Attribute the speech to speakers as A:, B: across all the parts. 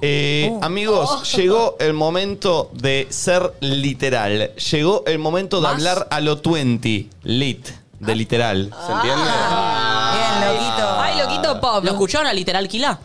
A: Eh,
B: Oh.
A: Amigos, llegó el momento de ser literal. Llegó el momento de hablar a lo 20, lit, de literal. ¿Se entiende?
B: Ah. Bien, loquito.
C: Ay, loquito pop.
D: Ah, ¿Lo escucharon a literal Kila?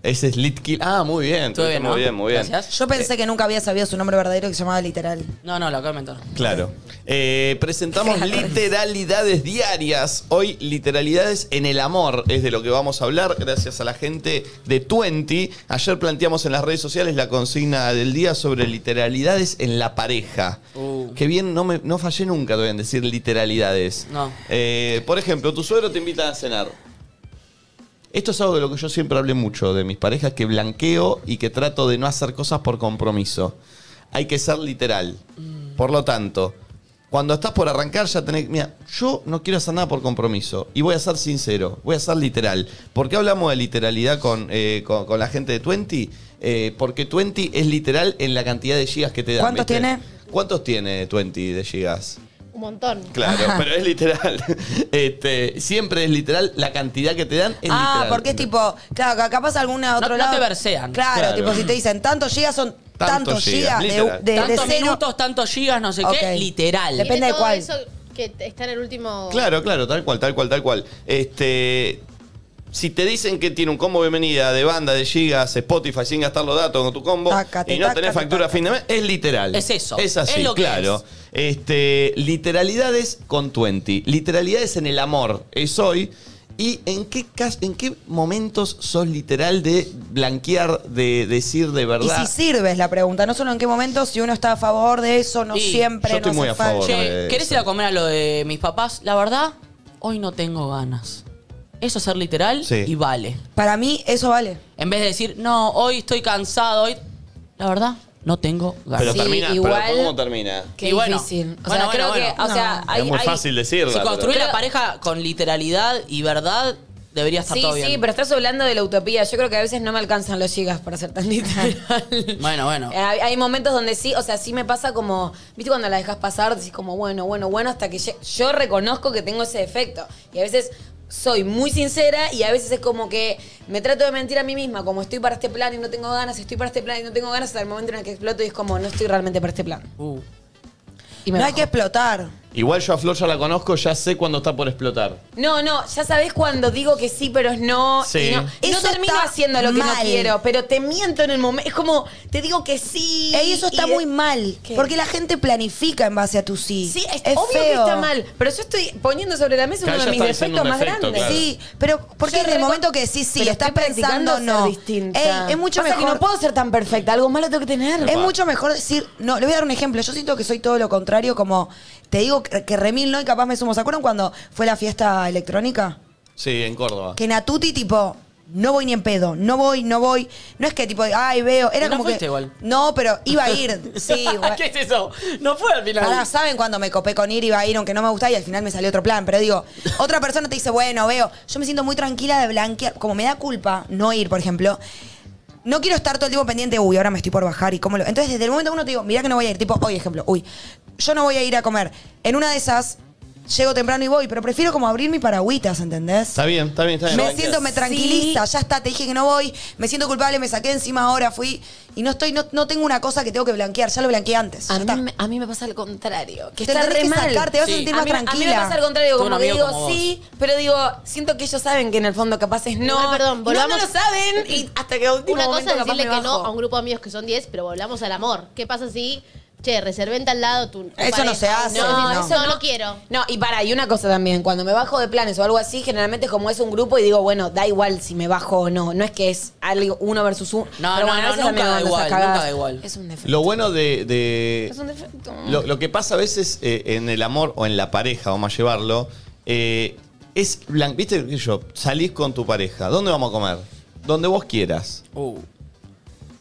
A: Ese es lit kill. Ah, muy bien.
D: Estuvo bien,
A: muy
D: ¿no?
A: bien, muy bien.
D: Gracias.
B: Yo pensé que nunca había sabido su nombre verdadero que se llamaba literal.
D: No, no, lo acabo de inventar.
A: Claro. Eh, presentamos literalidades diarias. Hoy, literalidades en el amor es de lo que vamos a hablar, gracias a la gente de Twenty. Ayer planteamos en las redes sociales la consigna del día sobre literalidades en la pareja.
D: Uh.
A: Qué bien, no, me, no fallé nunca todavía en decir literalidades.
D: No.
A: Eh, por ejemplo, tu suegro te invita a cenar. Esto es algo de lo que yo siempre hablé mucho de mis parejas, que blanqueo y que trato de no hacer cosas por compromiso. Hay que ser literal. Por lo tanto, cuando estás por arrancar ya tenés... Mira, yo no quiero hacer nada por compromiso. Y voy a ser sincero, voy a ser literal. ¿Por qué hablamos de literalidad con, eh, con, con la gente de Twenty? Eh, porque Twenty es literal en la cantidad de gigas que te da.
B: ¿Cuántos tiene?
A: ¿Cuántos tiene Twenty de gigas?
E: Un montón.
A: Claro, pero es literal. Este, siempre es literal la cantidad que te dan. Es
B: ah,
A: literal.
B: porque es tipo, claro, que capaz alguna
D: No-
B: otro
D: no
B: lado.
D: te versean.
B: Claro,
A: Claro.
B: tipo si te dicen tantos gigas son tantos gigas, de-
A: literal.
B: de, de,
D: Tantos
B: cero.
D: minutos, tantos gigas, no sé
B: Ok.
D: qué, literal.
B: Depende
E: Tiene
B: de
E: todo
B: cuál.
E: Eso que está en el último.
A: Claro, claro, tal cual, tal cual, tal cual. Este. Si te dicen que tiene un combo de bienvenida de banda, de gigas, Spotify, sin gastar los datos con tu combo
B: Tácate,
A: y no tenés
B: tácate,
A: factura a
B: tácate.
A: fin de mes, es literal.
D: Es eso,
A: Es así,
D: es lo que
A: claro. Este, literalidades con 20. Literalidades en el amor es hoy. ¿Y en qué, cas- en qué momentos sos literal de blanquear, de decir de
B: Y
A: verdad?
B: si sirves la pregunta, no solo en qué momento, si uno está a favor de eso, no
D: Sí,
B: siempre,
A: yo estoy
B: no
A: muy
B: hace
A: a favor.
B: falta.
D: Che,
A: eso.
D: ¿querés ir a comer a lo de mis papás? La verdad, hoy no tengo ganas. Eso es ser literal
A: Sí.
D: y vale.
B: Para mí eso vale.
D: En vez de decir, no, hoy estoy cansado, hoy. La verdad, no tengo
A: Pero
D: ganas.
C: Sí,
A: termina, pero
C: igual-
A: ¿cómo termina?
C: Qué
D: Y bueno.
C: difícil.
D: Bueno,
C: O sea,
D: bueno,
C: creo que.
D: bueno.
C: O sea,
B: No.
C: hay,
A: es muy
C: hay-
A: fácil decirlo.
D: si construís la pareja con literalidad y verdad, debería estar
C: Sí,
D: todo bien.
C: sí, pero estás hablando de la utopía. Yo creo que a veces no me alcanzan los gigas para ser tan literal.
D: Bueno, bueno.
B: Eh,
C: Hay, hay momentos donde sí, o sea, sí me pasa como, viste cuando la dejas pasar, decís como, bueno, bueno, bueno, hasta que lle- yo reconozco que tengo ese defecto. Y a veces soy muy sincera y a veces es como que me trato de mentir a mí misma, como estoy para este plan y no tengo ganas, estoy para este plan y no tengo ganas, hasta el momento en el que exploto y es como, no estoy realmente para este plan.
D: Uh.
C: Y me
B: No hay
C: bajo.
B: que explotar.
A: Igual yo a Flor ya la conozco, ya sé cuando está por explotar.
C: No, no, ya sabes cuando digo que sí, pero es no.
A: Sí.
C: y no, Y no
B: Eso
C: termino
B: está
C: haciendo lo que no
B: mal.
C: quiero, pero te miento en el momento. Es como, te digo que sí.
B: Y E eso está
C: y-
B: muy mal,
C: ¿Qué?
B: porque la gente planifica en base a tu sí.
C: Sí, es,
B: Es
C: obvio que
B: feo.
C: está mal, pero yo estoy poniendo sobre la mesa
A: Claro,
C: uno de
A: ya
C: mis
A: está diciendo
C: defectos
A: un
C: más
A: defecto,
C: grandes.
A: claro.
B: Sí, pero porque
C: Yo
B: en el
C: reco-
B: momento que sí, sí,
C: pero
B: estás
C: estoy practicando
B: pensando no.
C: ser distinta.
B: Ey, es mucho
C: Pasa que
B: mejor.
C: no puedo ser tan perfecta, algo malo tengo que tener.
B: Es mucho mejor decir, no, le voy a dar un ejemplo. Yo siento que soy todo lo contrario, como te digo que, que remil no y capaz me sumo. ¿Se acuerdan cuando fue la fiesta electrónica?
A: Sí, en Córdoba.
B: Que Natuti, tipo, no voy ni en pedo, no voy, no voy. No es que tipo, ay, veo. Era
D: Y no
B: como
D: fuiste
B: que.
D: igual.
B: No, pero iba a ir. Sí, bueno.
D: ¿Qué es eso? No fue al final.
B: Ahora saben cuando me copé con ir, iba a ir, aunque no me gustaba y al final me salió otro plan. Pero digo, otra persona te dice, bueno, veo, yo me siento muy tranquila de blanquear. Como me da culpa no ir, por ejemplo, no quiero estar todo el tiempo pendiente, uy, ahora me estoy por bajar y cómo lo. Entonces, desde el momento uno te digo, mirá que no voy a ir. Tipo, hoy, ejemplo, uy, yo no voy a ir a comer. En una de esas, llego temprano y voy, pero prefiero como abrir mis paragüitas, ¿entendés?
A: Está bien, está bien, está bien.
B: Me
A: Banquear.
B: siento, me tranquiliza, ya está, te dije que no voy, me siento culpable, me saqué encima ahora, fui y no estoy, no, no tengo una cosa que tengo que blanquear, ya lo blanqueé antes.
C: A
B: ya está.
C: mí, me- a mí me pasa al contrario. Que
B: Te
C: está
B: tenés
C: re
B: que
C: mal.
B: sacar, te vas a
D: Sí.
B: sentir
D: ir
C: a
B: más
C: mí, a mí
B: tranquila.
C: me pasa al contrario,
D: Tuve un
C: como que
D: amigo
C: digo
D: como vos.
C: sí, pero digo, siento que ellos saben que en el fondo capaz es no.
E: Igual, perdón,
C: Y
E: volvamos-
C: No, no lo saben y hasta que a último
E: Una cosa
C: momento
E: es
C: capaz
E: decirle
C: me
E: que no
C: bajo.
E: a un grupo de amigos que son 10, pero volvamos al amor. ¿Qué pasa si, che, reservé en tal lado tu. tu
B: Eso no se hace,
E: No,
B: no.
E: eso no, lo quiero.
C: No, y para, y una cosa también, cuando me bajo de planes o algo así, generalmente es como es un grupo y digo, bueno, da igual si me bajo o no. No es que es algo uno versus uno.
D: No,
C: pero
D: no, no,
C: bueno, a veces también
D: nunca da
C: me mandan esas
D: igual, nunca
C: cagadas.
D: da igual.
C: Es un defecto.
A: Lo bueno de. de-
C: Es un defecto.
A: lo, lo que pasa a veces eh, en el amor o en la pareja, vamos a llevarlo, eh, es. blan- ¿Viste qué sé yo? Salís con tu pareja. ¿Dónde vamos a comer? Donde vos quieras.
D: Uh.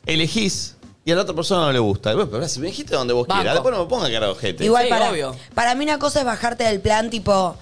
A: Elegís y a la otra persona no le gusta. Y vos, pero si me dijiste donde vos
D: Banco.
A: quieras, después no me ponga cara de
C: Este,
A: ojete.
B: Igual
D: Sí,
B: para,
D: obvio.
B: para mí una cosa es bajarte del plan tipo,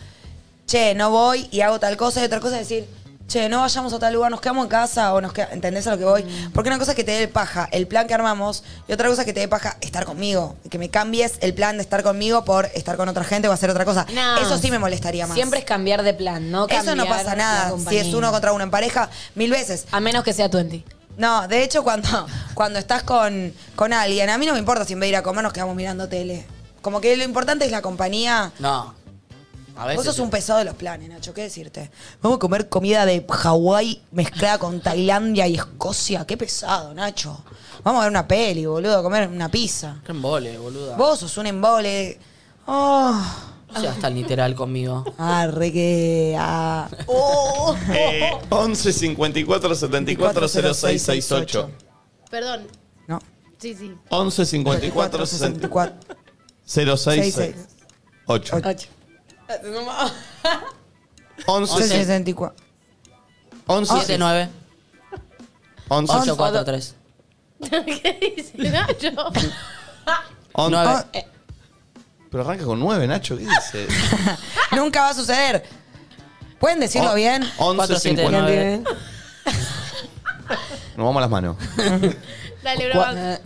B: che, no voy y hago tal cosa, y otra cosa es decir, che, no vayamos a tal lugar, nos quedamos en casa o nos queda, ¿entendés a lo que voy?
C: Mm.
B: Porque una cosa es que te dé el paja, el plan que armamos, y otra cosa es que te dé paja estar conmigo, que me cambies el plan de estar conmigo por estar con otra gente o hacer otra cosa.
C: No.
B: Eso sí me molestaría más.
C: Siempre es cambiar de plan, ¿no?
B: Eso no
C: Cambiar
B: pasa nada
C: la
B: si
C: compañía.
B: es uno contra uno en pareja, mil veces.
C: A menos que sea 20.
B: No, de hecho, cuando, cuando estás con, con alguien, a mí no me importa si en vez de ir a comer nos quedamos mirando tele. Como que lo importante es la compañía.
D: No. A veces.
B: Vos sos un pesado de los planes, Nacho, ¿qué decirte? Vamos a comer comida de Hawái mezclada con Tailandia y Escocia. Qué pesado, Nacho. Vamos a ver una peli, boludo, a comer una pizza.
D: Qué embole, boluda.
B: Vos sos un embole. Oh.
D: No seas tan literal
A: Ah,
D: conmigo.
B: Arre que. ah. Oh.
A: Eh, 11 54 74 06 68.
E: Perdón.
B: No.
E: Sí, sí.
A: 11 54 64 06 8.
B: Ah,
A: 11
B: 64.
D: 7,
A: 11
D: 9,
A: 11
D: 8, 4, 3.
E: ¿Qué dice Nacho?
A: On-
D: Nueve. Eh,
A: Ah, Pero arranca con 9, Nacho. ¿Qué dice?
B: Nunca va a suceder. ¿Pueden decirlo
A: On-
B: bien?
A: 11,
D: Cuatro, siete, nueve.
A: 50.
D: Bien.
A: Nos vamos a las manos.
E: Dale,
D: Cua-
E: bro.
D: eh,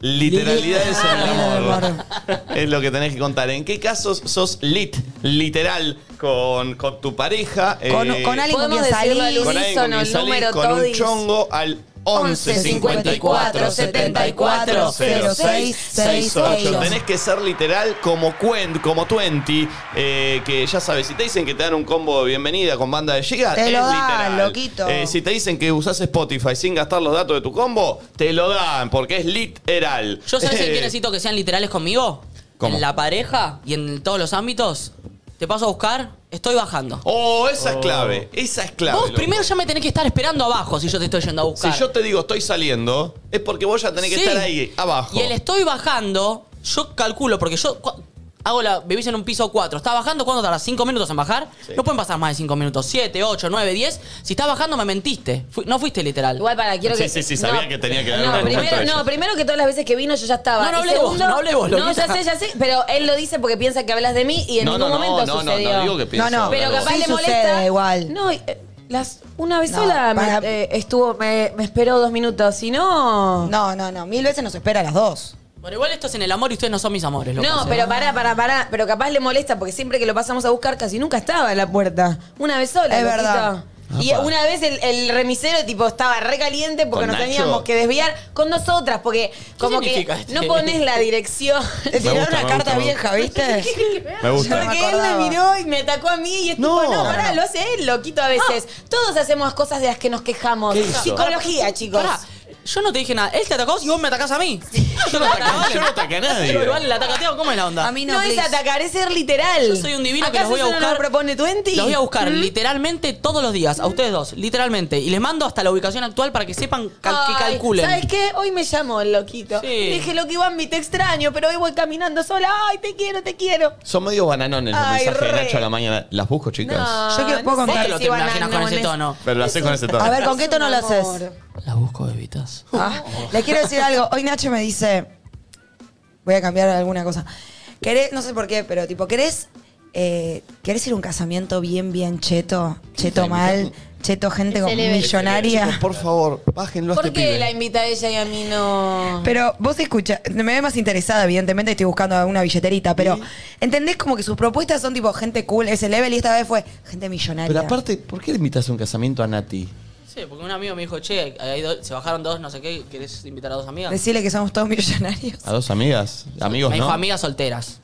A: Literalidades en el
B: Literalidades
A: amor. Es lo que tenés que contar. ¿En qué casos sos lit, literal, con, con tu pareja? Eh,
B: Con- con alguien con
C: Podemos
B: quien
C: decirlo al
B: salís.
A: con alguien con
C: unísono,
A: quien
C: el
A: salís,
C: número
A: con un
C: todis.
A: chongo al 11 54
C: 74
A: 06 68.
B: 68.
A: Tenés que ser literal como Quen, como Twenty, eh, que ya sabes, si te dicen que te dan un combo de bienvenida con banda de gigas,
B: Te
A: es
B: lo dan,
A: literal.
B: loquito.
A: Eh, si te dicen que usás Spotify sin gastar los datos de tu combo, te lo dan, porque es literal.
D: ¿Yo sabes en
A: Eh,
D: qué necesito que sean literales conmigo?
A: ¿Cómo?
D: En la pareja y en todos los ámbitos. Te paso a buscar, estoy bajando.
A: Oh, esa es clave, esa es clave.
D: Vos
A: loco.
D: primero ya me tenés que estar esperando abajo si yo te estoy yendo a
A: Si
D: buscar.
A: yo te digo estoy saliendo, es porque vos ya tenés que
D: Sí.
A: estar ahí, abajo.
D: Y el estoy bajando, yo calculo, porque yo cu- hago la. vivís en un piso 4. ¿Está bajando? ¿Cuánto tarda? ¿Cinco minutos en bajar?
A: Sí.
D: No pueden pasar más de cinco minutos. Siete, ocho, nueve, diez. Si estás bajando, me mentiste. Fui- no fuiste literal.
C: Igual para, quiero
A: Sí,
C: que.
A: sí, sí, sabía que tenía que dar un
C: no,
A: argumento
C: primero,
A: de
C: No,
A: eso.
C: primero que todas las veces que vino yo ya estaba.
D: No, no
C: Y
D: hablé vos,
C: segundo-
D: no hablé vos,
C: No,
D: loquita.
C: ya sé, ya sé, pero él lo dice porque piensa que hablas de mí y en
A: no, no,
C: ningún momento
A: no, no, no,
C: sucedió.
A: no digo que pienso.
B: no,
C: Pero
A: algo.
C: capaz
B: Sí
C: le
B: sucede
C: molesta.
B: igual.
C: No, y, eh, las, una vez
B: No,
C: sola me,
B: para-
C: eh, estuvo, me, me esperó dos minutos, si no.
B: No, no, no. Mil veces nos espera a las dos.
D: Bueno, igual esto es en el amor y ustedes no son mis amores, locos,
C: No,
D: ¿eh?
C: pero pará, pará, pará. Pero capaz le molesta porque siempre que lo pasamos a buscar casi nunca estaba en la puerta. Una vez sola.
B: Es
C: loquito.
B: verdad.
C: Y
A: Apa.
C: una vez el, el remisero tipo estaba re caliente porque
A: ¿Con
C: nos
A: Nacho?
C: teníamos que desviar con nosotras porque como que
D: significa este?
C: no pones la dirección.
B: Te tiraron
A: gusta,
B: una
A: me gusta,
B: carta
A: me
B: vieja, ¿viste?
A: Me gusta.
B: me
C: Porque él
B: acordaba.
C: me miró y me atacó a mí y es
A: No.
C: tipo, no,
A: No,
C: pará,
A: no.
C: lo hace él, loquito a veces.
B: Ah.
C: Todos hacemos cosas de las que nos quejamos.
A: ¿Qué hizo?
C: Psicología, chicos.
D: Pará, yo no te dije nada. Él te atacó y vos me atacás a mí. Yo no atacaba.
A: Yo no ataqué a nadie.
D: Pero igual la atacateo, ¿cómo es la onda?
B: A mí
C: no
B: no,
C: es
B: please.
C: atacar, es ser literal.
D: Yo soy un divino que
C: ¿Acaso
D: los voy a
C: eso no
D: buscar.
C: lo propone Twenty? Mm.
D: Los voy a buscar literalmente todos los días, a ustedes dos, literalmente. Y les mando hasta la ubicación actual para que sepan cal- que
C: Ay,
D: calculen.
C: ¿Sabes qué? Hoy me llamó el loquito.
D: Sí.
C: Le Dije, Loki Bambi, te extraño, pero hoy voy caminando sola. Ay, te quiero, te quiero.
A: Son medio bananones los
C: Ay,
A: mensajes de
C: re.
A: Nacho a la mañana. ¿Las busco, chicas?
B: Yo quiero- ¿puedo
C: sé
D: Vos
B: contar?
D: te lo
C: si
D: te
C: van
D: imaginas con ese
C: anones.
D: tono.
A: Pero lo haces con ese tono.
B: A ver, ¿con qué
C: Es
B: tono
C: un
B: lo haces?
C: amor.
D: La busco, bebitas.
B: Ah, les quiero decir algo. Hoy Nacho me dice. Voy a cambiar alguna cosa. ¿Querés, no sé por qué, pero tipo, ¿querés, eh, ¿querés ir a un casamiento bien, bien cheto? Cheto mal, cheto gente con
E: Celebre.
A: Chicos,
B: millonaria.
A: por favor, bájenlo a
C: ¿Por
A: este
C: qué
A: pibe.
C: la invita a ella y a mí no?
B: Pero vos escuchas, me ve más interesada, evidentemente estoy buscando alguna billeterita, pero ¿entendés como que sus propuestas son tipo gente cool, ese level y esta vez fue gente millonaria?
A: Pero aparte, ¿por qué le invitas a un casamiento a Nati?
D: Sí, porque un amigo me dijo, che, ahí hay dos- se bajaron dos, no sé qué, ¿querés invitar a dos amigas?
B: Decirle que somos todos millonarios.
A: ¿A dos amigas? ¿Amigos,
D: me
A: no?
D: dijo amigas solteras.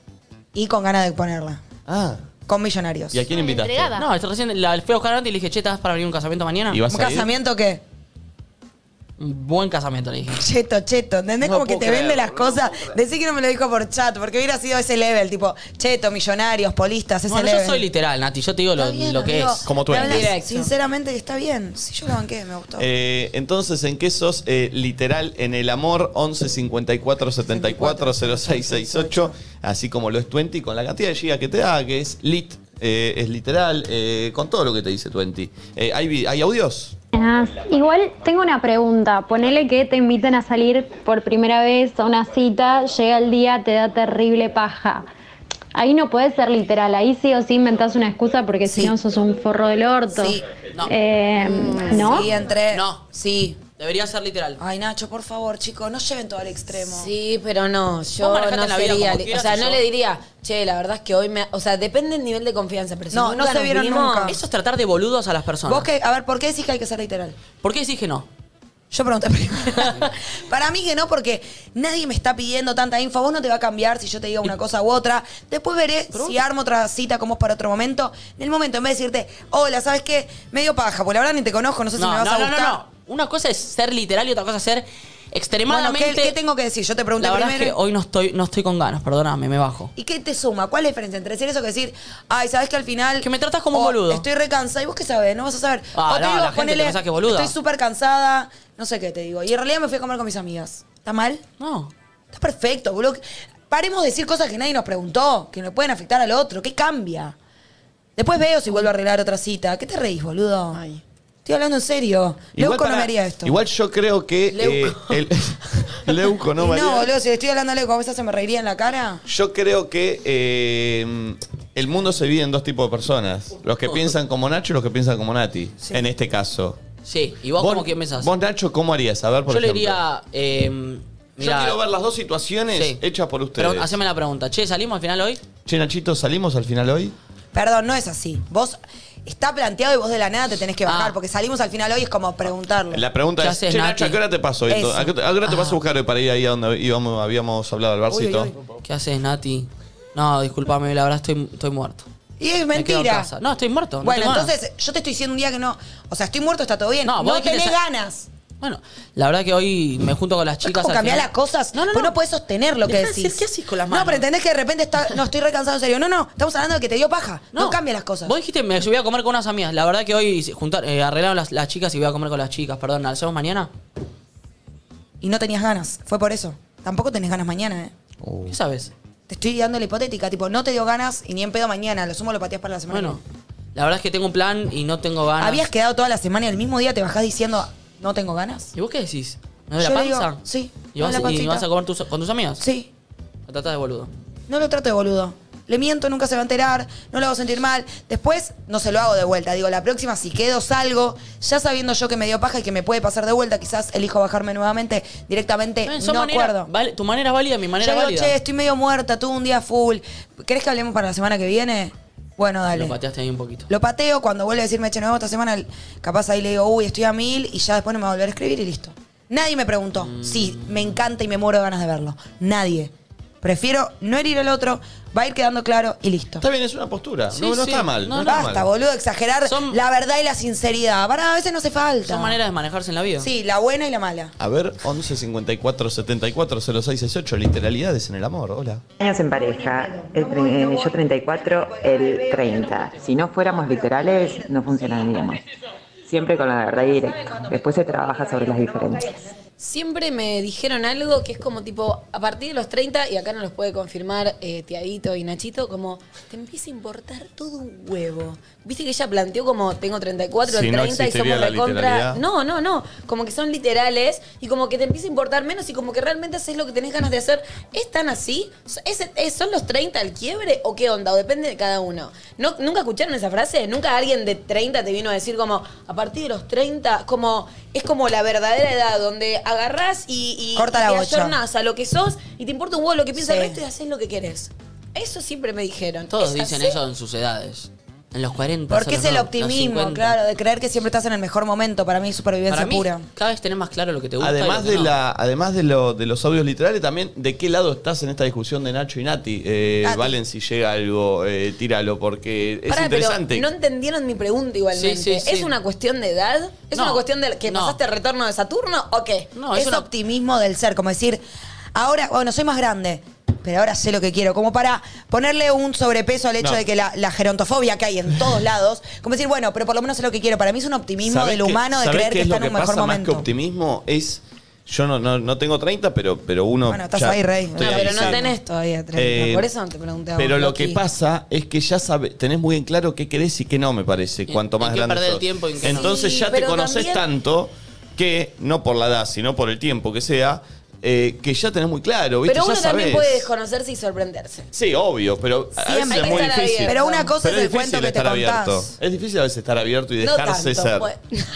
B: Y con ganas de ponerla.
A: Ah,
B: Con millonarios.
A: ¿y a quién invitaste?
E: Entregada.
D: No, esto recién la fui a buscar antes y le dije, che, ¿estás para venir a un casamiento mañana?
A: ¿Y vas
B: ¿Un
A: a ir?
B: casamiento qué?
D: Un buen casamiento, le dije.
B: Cheto, cheto, ¿entendés?
D: No
B: como que
D: puedo
B: te
D: creer,
B: vende las
D: no
B: cosas. Decí que no me lo dijo por chat, porque hubiera sido ese level, tipo, cheto, millonarios, polistas, ese
D: Bueno,
B: level.
D: yo soy literal, Nati, yo te digo lo,
B: Está bien,
D: lo que
B: amigo.
D: es.
A: Como tú
B: Me
A: eres.
B: hablas
C: Directo.
B: Sinceramente que está bien. Si yo lo banqué, me gustó.
A: Eh, entonces, ¿en qué sos eh, literal en el amor? 11 54 74 06 68, así como lo es 20, con la cantidad de giga que te da, que es lit, eh, es literal, eh, con todo lo que te dice 20. Eh, ¿hay, vi- ¿Hay audios?
F: Ah, Igual tengo una pregunta. Ponele que te invitan a salir por primera vez a una cita, llega el día, te da terrible paja. Ahí no puedes ser literal, ahí sí o sí inventás una excusa porque
B: Sí.
F: si no sos un forro del orto.
B: Sí.
D: No.
F: Eh, ¿no?
B: Sí, entre.
D: No.
B: Sí.
D: Debería ser literal.
B: Ay, Nacho, por favor, chicos, no lleven todo al extremo.
C: Sí, pero no, yo
D: Vos manejate
C: no
D: la vida
C: sería,
D: como
C: li- o
D: quieras
C: sea,
D: y
C: no
D: yo-
C: le diría, che, la verdad es que hoy me, o sea, depende del nivel de confianza, pero si
B: No,
C: nunca
B: no se
C: nos
B: vieron
C: vimos-
B: nunca.
D: Eso es tratar de boludos a las personas.
B: Vos que, a ver, ¿por qué decís que hay que ser literal?
D: ¿Por qué decís que no?
B: Yo pregunté primero. Para mí que no, porque nadie me está pidiendo tanta info. Vos no te va a cambiar si yo te digo una cosa u otra. Después veré si armo otra cita como para otro momento. En el momento, en vez de decirte, hola, ¿sabes qué? Medio paja, porque la verdad ni te conozco, no sé si me
D: No,
B: vas
D: no,
B: a
D: no,
B: gustar.
D: no, no. Una cosa es ser literal y otra cosa es ser
B: Bueno,
D: extremadamente.
B: ¿qué, qué tengo que decir? Yo te pregunté
D: La verdad
B: primero.
D: es que hoy no estoy, no estoy con ganas, perdóname, me bajo.
B: ¿Y qué te suma? ¿Cuál es la diferencia entre decir eso que decir, ay, sabes que al final.
D: Que me tratas como un
B: o
D: boludo.
B: Estoy recansada. ¿Y vos qué sabes? No vas a saber.
D: Ah,
B: o te
D: no,
B: digo,
D: la gente te
B: ponele,
D: pensás que es boluda.
B: Estoy súper cansada, no sé qué te digo. Y en realidad me fui a comer con mis amigas. ¿Está mal?
D: No.
B: Está perfecto, boludo. Paremos de decir cosas que nadie nos preguntó, que nos pueden afectar al otro. ¿Qué cambia? Después veo si vuelvo a arreglar otra cita. ¿Qué te reís, boludo?
E: Ay.
B: Estoy hablando en serio. Leuco no
A: pará,
B: me haría esto.
A: Igual yo creo que.
C: Leuco.
A: eh, el- Leuco no
B: no,
A: me haría-
B: boludo, si le estoy hablando a Leuco, ¿esa se me reiría en la cara?
A: Yo creo que eh, el mundo se divide en dos tipos de personas: los que piensan como Nacho y los que piensan como Nati. En este caso.
D: Sí, ¿y vos, cómo quién pensás?
A: Vos, Nacho, ¿cómo harías? A ver, por
D: Yo le
A: ejemplo.
D: diría. Eh, mirá,
A: Yo quiero ver las dos situaciones
D: sí.
A: hechas por ustedes.
D: Pero haceme la pregunta. Che, ¿salimos al final hoy?
A: Che, Nachito, ¿salimos al final hoy?
B: Perdón, no es así. Vos está planteado y vos de la nada te tenés que bajar,
D: Ah.
B: porque salimos al final hoy es como preguntarlo.
A: La pregunta
D: ¿Qué
A: es,
D: haces,
A: che,
D: Nati?
A: Nacho, ¿a qué hora te paso? hoy?
B: Eso.
A: ¿A qué, a qué hora
D: Ah.
A: te vas a buscar hoy para ir ahí a donde íbamos, habíamos hablado, al barcito?
D: ¿Qué haces, Nati? No, discúlpame, la verdad estoy, estoy muerto.
B: Y es
D: Me quedo en
B: mentira.
D: casa. No, estoy muerto. no
B: bueno,
D: tengo ganas.
B: entonces yo te estoy diciendo un día que no. O sea, estoy muerto, está todo bien.
D: No,
B: No,
D: vos dijiste
B: tenés
D: esa-
B: ganas.
D: Bueno, la verdad que hoy me junto con las
B: Es
D: chicas.
B: como
D: al
B: cambiar
D: final.
B: las cosas. No, no, no. no podés sostener lo que
E: Dejá de
B: decís.
E: decir, ¿qué haces con las
B: No,
E: manos?
B: pero entendés que de repente está. No, estoy recansado en serio. No, no. Estamos hablando de que te dio paja. No, cambia las cosas.
D: Vos dijiste, me subí a comer con unas amigas. La verdad que hoy se juntar, eh, arreglaron las, las chicas y voy a comer con las chicas. Perdón, ¿la hacemos mañana?
B: Y no tenías ganas. Fue por eso. Tampoco tenés ganas mañana, eh.
D: ¿Qué sabes?
B: Te estoy dando la hipotética, tipo, no te dio ganas y ni en pedo mañana, lo sumo lo pateás para la semana.
D: Bueno, la verdad es que tengo un plan y Ah, no tengo ganas.
B: Habías quedado toda la semana y el mismo día te bajás diciendo, no tengo ganas.
D: ¿Y vos qué decís? ¿Me duele
B: Yo
D: la
B: le digo,
D: panza?
B: sí,
D: ¿Y
B: me duele
D: vas,
B: la
D: y
B: pancita.
D: vas a comer tus- con tus amigas?
B: Sí,
D: La tratás de boludo.
B: no lo trato de boludo. Le miento, nunca se va a enterar, no lo hago sentir mal. Después no se lo hago de vuelta. Digo, la próxima si quedo salgo, ya sabiendo yo que me dio paja y que me puede pasar de vuelta, quizás elijo bajarme nuevamente directamente.
D: Eh,
B: No,
D: son maneras-
B: acuerdo.
D: vale- tu manera es válida, mi
B: Yo
D: manera es
B: digo,
D: válida.
B: che, estoy medio muerta, tuve un día full. ¿Querés que hablemos para la semana que viene? Bueno, dale.
D: Lo pateaste ahí un poquito.
B: Lo pateo, cuando vuelve a decirme, che, nos vemos esta semana, capaz ahí le digo, uy, estoy a mil, y ya después no me va a volver a escribir y listo. Nadie me preguntó.
D: Mm.
B: Sí, me encanta y me muero de ganas de verlo. Nadie. Prefiero no herir al otro, va a ir quedando claro y listo.
A: Está bien, es una postura.
D: Sí,
A: no, no
D: sí.
A: está mal. No,
D: No, no.
A: está
B: Basta,
A: mal.
B: boludo, exagerar
D: Son-
B: la verdad y la sinceridad. Pará, a veces no hace falta.
D: Son maneras de manejarse en la vida.
B: Sí, la buena y la mala.
A: A ver, 11 54 74 0668, literalidades en el amor, hola.
G: Años en pareja, el tre- eh, yo 34, él 30. Si no fuéramos literales, no funcionaríamos. Siempre con la verdad y directo. Después se trabaja sobre las diferencias.
C: Siempre me dijeron algo que es como tipo, a partir de los 30, y acá no los puede confirmar eh, Tiadito y Nachito, como te empieza a importar todo un huevo. Viste que ella planteó como tengo 34,
A: Si
C: el
A: no
C: 30 y
A: existiría
C: somos
A: la
C: recontra.
A: literalidad.
C: No, no, no. Como que son literales y como que te empieza a importar menos y como que realmente haces lo que tenés ganas de hacer. ¿Es tan así? ¿Es- es- ¿Son los 30 el quiebre o qué onda? O depende de cada uno. ¿No, ¿Nunca escucharon esa frase? ¿Nunca alguien de 30 te vino a decir como a partir de los 30? Como, es como la verdadera edad donde agarrás y, y-
B: Corta
C: y
B: la
C: te
B: bocha.
C: ayornás a lo que sos y te importa un huevo lo que piensa
B: Sí.
C: el resto y haces lo que querés. Eso siempre me dijeron.
D: Todos
C: ¿Es
D: dicen
C: así?
D: eso en sus edades. En los 40.
B: Porque es
D: los
B: el
D: no- los
B: optimismo,
D: 50.
B: claro, de creer que siempre estás en el mejor momento. Para mí es supervivencia
D: Para mí,
B: pura.
D: cada vez tenés más claro lo que te gusta. y
A: Además
D: lo que
A: de,
D: no.
A: la, además de, lo, de los audios literales, también, ¿de qué lado estás en esta discusión de Nacho y Nati? Eh,
B: Nati.
A: Valen, si llega algo, eh, tíralo, porque es
C: Pará, pero
A: interesante.
C: no entendieron mi pregunta igualmente.
D: Sí, sí, sí.
C: ¿Es una cuestión de edad? ¿Es
D: No,
C: una cuestión de que
D: no.
C: pasaste retorno de Saturno o qué?
D: No, es
B: es
D: una-
B: optimismo del ser, como decir, ahora, bueno, soy más grande, pero ahora sé lo que quiero. Como para ponerle un sobrepeso al hecho
A: No.
B: de que la, la gerontofobia que hay en todos lados, como decir, bueno, pero por lo menos sé lo que quiero. Para mí es un optimismo
A: ¿Sabés
B: del
A: qué-
B: humano de
A: sabés
B: creer
A: qué
B: que
A: es
B: está
A: lo
B: en un
A: pasa
B: mejor
A: Más que
B: momento.
A: optimismo es. Yo no, no, no tengo 30, pero, pero uno.
B: Bueno, estás
A: ya
B: ahí, rey.
A: estoy
C: No,
A: ahí,
C: pero no
A: sí.
C: tenés todavía 30.
A: Eh,
C: Por eso no te pregunté a vos,
A: Pero lo
C: Loki.
A: que pasa es que ya sabe, tenés muy en claro qué querés y qué no, me parece,
D: en-
A: cuanto
D: en
A: más
D: qué
A: grande
D: perder el
A: sos.
D: tiempo y en qué no.
A: Entonces
C: Sí,
A: ya te
C: pero
A: conoces
C: también-
A: tanto que, no por la edad, sino por el tiempo que sea, eh, que ya tenés muy claro, ¿viste?
C: Pero uno
A: ya
C: también
A: sabés.
C: puede desconocerse y sorprenderse.
A: Sí, obvio, pero a veces
B: Siempre.
A: es muy
C: Hay que estar
A: difícil.
C: abierto.
B: Pero una cosa
A: Pero
B: es
A: es
B: el cuento
A: difícil
B: que te
A: estar abierto.
B: contás.
A: Es difícil a veces estar abierto y
C: No
A: dejarse
C: tanto.
A: ser.
C: pues.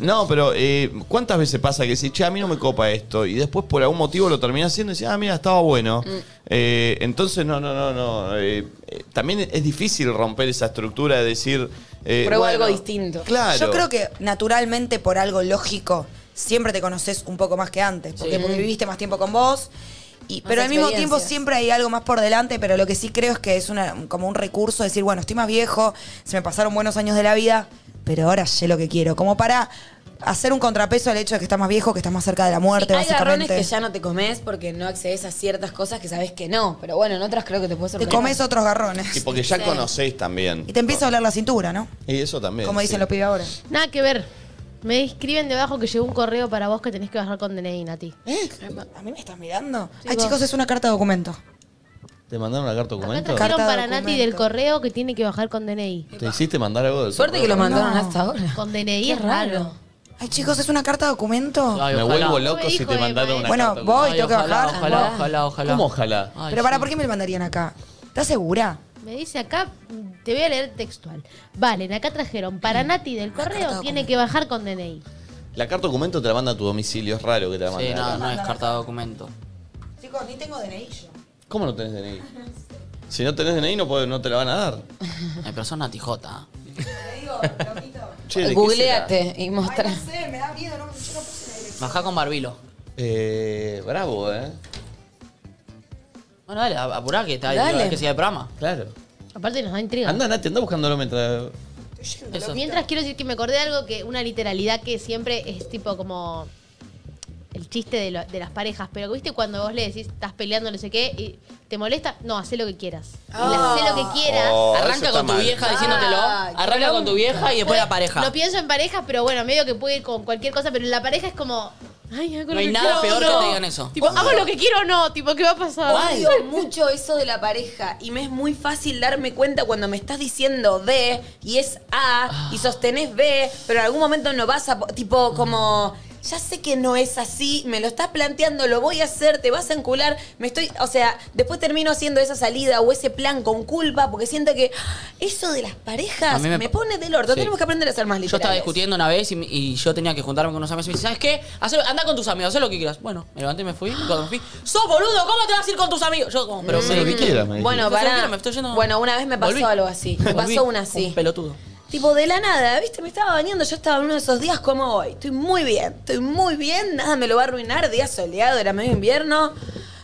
A: No, pero eh, ¿cuántas veces pasa que decís, che, a mí no me copa esto? Y después por algún motivo lo terminás haciendo y decís, ah, mira, estaba bueno. Eh, entonces, no, no, no, no. eh, eh, también es difícil romper esa estructura de decir. eh,
C: Pruebo algo distinto.
A: Claro.
B: Yo creo que naturalmente por algo lógico siempre te conoces un poco más que antes, porque,
C: Sí.
B: porque viviste más tiempo con vos. Y,
C: Más
B: pero al mismo tiempo
C: experiencias.
B: siempre hay algo más por delante, pero lo que sí creo es que es una, como un recurso, decir, bueno, estoy más viejo, se me pasaron buenos años de la vida, pero ahora sé lo que quiero. Como para hacer un contrapeso al hecho de que estás más viejo, que estás más cerca de la muerte,
C: hay garrones
B: básicamente.
C: que ya no te comes porque no accedes a ciertas cosas que sabes que no. Pero bueno, en otras creo que te puedes
B: Te
C: sorprender.
B: comes otros garrones.
A: Y porque ya
C: Sí.
A: conocés también.
B: Y te empieza a doler la cintura, ¿no?
A: Y eso también.
B: Como dicen
A: sí.
B: los pibes ahora.
E: Nada que ver. Me escriben debajo que llegó un correo para vos que tenés que bajar con DNI, Nati.
B: ¿Eh? ¿A mí me estás mirando? Ay, chicos, es una carta de documento.
A: ¿Te mandaron la carta
E: Acá
A: documento?
E: trajeron
B: Carta de
E: para Nati
B: documento.
E: del correo que tiene que bajar con DNI.
A: ¿Te hiciste mandar algo del
C: Suerte que lo
A: correo?
C: mandaron
B: No.
C: hasta ahora.
E: Con DNI es raro.
B: Ay, chicos, es una carta de documento.
D: Ay,
A: Me
D: ojalá.
A: vuelvo loco
E: Me
A: si
E: dijo
A: te
E: Emma,
A: mandaron
E: ¿eh?
A: una
B: Bueno,
A: carta.
B: vos-
A: documento.
B: Ay, tengo que
D: ojalá,
B: bajar.
D: Ojalá,
B: Ah.
D: ojalá, ojalá.
A: ¿Cómo ojalá?
D: Ay,
B: Pero para,
D: sí.
B: ¿por qué me lo mandarían acá? ¿Estás segura?
E: Me dice acá, mm, te voy a leer textual. Valen, acá trajeron
D: Mm.
E: para Nati
D: Ah,
E: del correo tiene que bajar con DNI.
A: La carta documento te la manda a tu domicilio, es raro que te la manden.
D: Sí,
A: acá.
D: no, no es carta de documento.
B: Chicos, ni tengo DNI yo.
A: ¿Cómo no tenés DNI? Si no tenés DNI no, podés- no te la van a dar.
D: Ay, Eh, pero son Nati J.
A: Che, ¿de qué será?
C: Googleate y mostrá.
B: sé, me da miedo. No, yo no
D: Bajá con Barbilo.
A: Eh, bravo, ¿eh?
D: Bueno, dale, a- apurá que está
C: Dale.
D: hay que sigue el programa.
A: Claro.
E: Aparte nos da intriga.
A: Anda, Nati, anda buscándolo mientras...
D: Eso.
E: Mientras quiero decir que me acordé de algo que, una literalidad que siempre es tipo como el chiste de, lo- de las parejas, pero que viste cuando vos le decís estás peleando, no sé qué, y te molesta, no, haz lo que quieras.
D: Ah.
E: Haz lo que quieras.
A: Oh, eso
D: Arranca
A: está
D: con tu
A: mal.
D: vieja diciéndote diciéndotelo.
C: Ah,
D: Arranca con tu vieja y después la pareja.
E: Lo pienso en parejas, pero bueno, medio que puede ir con cualquier cosa, pero en la pareja es como. Ay, hago
D: No
E: lo
D: hay
E: que
D: nada
E: quiero,
D: peor
E: no.
D: que te digan eso.
E: Tipo, hago lo que quiero o no, tipo, ¿qué va a pasar?
C: Odio mucho eso de la pareja y me es muy fácil darme cuenta cuando me estás diciendo D y es A y
D: Ah.
C: sostenés B, pero en algún momento no vas a... po-
D: Mm.
C: Tipo como, ya sé que no es así, me lo estás planteando, lo voy a hacer, te vas a encular, me estoy... O sea, después termino haciendo esa salida o ese plan con culpa porque siento que ¡ah! eso de las
D: A
C: parejas
D: mí
C: me,
D: me-
C: pone del orto,
D: Sí.
C: tenemos que aprender a ser más
D: Yo estaba
C: literales.
D: discutiendo una vez y, y yo tenía que juntarme con unos amigos y me dice, ¿sabes qué? Hacé- anda con tus amigos, haz lo que quieras. Bueno, me levanté y me fui. Y cuando me fui, ¡sos boludo! ¿Cómo te vas a ir con tus amigos? Yo como, pero
A: Hacé
D: me-
A: Mm. lo que quieras, me dijiste.
D: Hacé
C: Bueno,
D: lo que
C: para,
D: quieras, me estoy yendo-
C: bueno, una vez me pasó
D: Volví.
C: algo así. Me
D: Volví,
C: pasó una así.
D: Un pelotudo.
C: Tipo, de la nada, ¿viste? Me estaba bañando, yo estaba en uno de esos días como hoy. Estoy muy bien, estoy muy bien, nada me lo va a arruinar, día soleado, era medio invierno.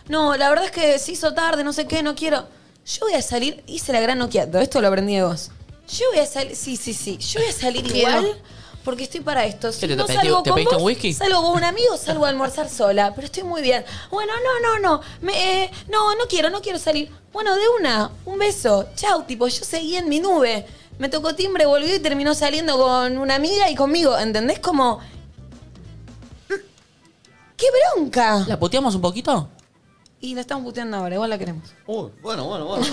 C: No, la verdad es que se hizo tarde, no sé qué, no quiero. Yo voy a salir, hice la gran noqueando, esto lo aprendí de vos. Yo voy a salir, sí, sí, sí, yo voy a salir igual porque estoy para esto. Si
D: ¿Qué, te-
C: no
D: te-
C: salgo
D: te
C: con
D: pediste
C: vos,
D: un whisky?
C: salgo con un amigo, salgo a almorzar sola, pero estoy muy bien. Bueno, no, no, no, me, eh, no, no quiero, no quiero salir. Bueno, de una, un beso, chau, tipo, yo seguí en mi nube. Me tocó timbre, volvió y terminó saliendo con una amiga y conmigo, ¿entendés? Como... ¡Qué bronca!
D: ¿La puteamos un poquito?
C: Y la estamos puteando ahora, igual la queremos.
A: Uy, bueno, bueno, bueno.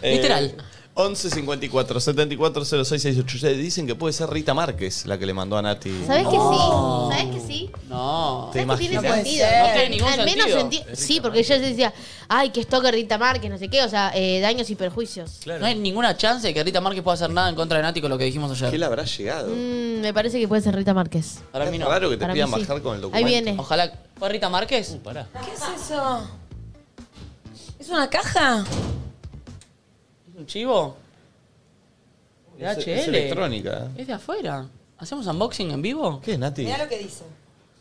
A: Eh,
D: Literal.
A: 11 54 74 06 686. Dicen que puede ser Rita Márquez la que le mandó a Nati.
E: ¿Sabes que
A: Oh.
D: No.
E: sí? ¿Sabes que sí?
D: No.
A: ¿Te
E: ¿Sabes que tiene
A: imaginas?
E: sentido?
D: No tiene ningún
E: Al menos
D: sentido.
E: senti- Sí, porque yo decía, ay, que esto que Rita Márquez, no sé qué, o sea, eh, daños y perjuicios.
D: No hay ninguna chance de que Rita Márquez pueda hacer nada en contra de Nati con lo que dijimos
A: ¿Qué le
D: ayer.
A: habrá llegado?
E: Mm, me parece que puede ser Rita Márquez.
D: Para mí
A: Es
D: no.
A: raro Uh, que te
E: Para mí
A: pidan
E: sí.
A: bajar con el documento.
E: Ahí viene.
D: Ojalá. ¿Fue Rita Márquez? pará.
C: ¿Qué es eso? ¿Es una caja?
D: ¿Es un chivo? De
A: Es,
D: HL.
A: es electrónica.
E: Eh.
D: Es de afuera. ¿Hacemos unboxing en vivo?
A: ¿Qué es, Nati?
B: Mirá lo que dice.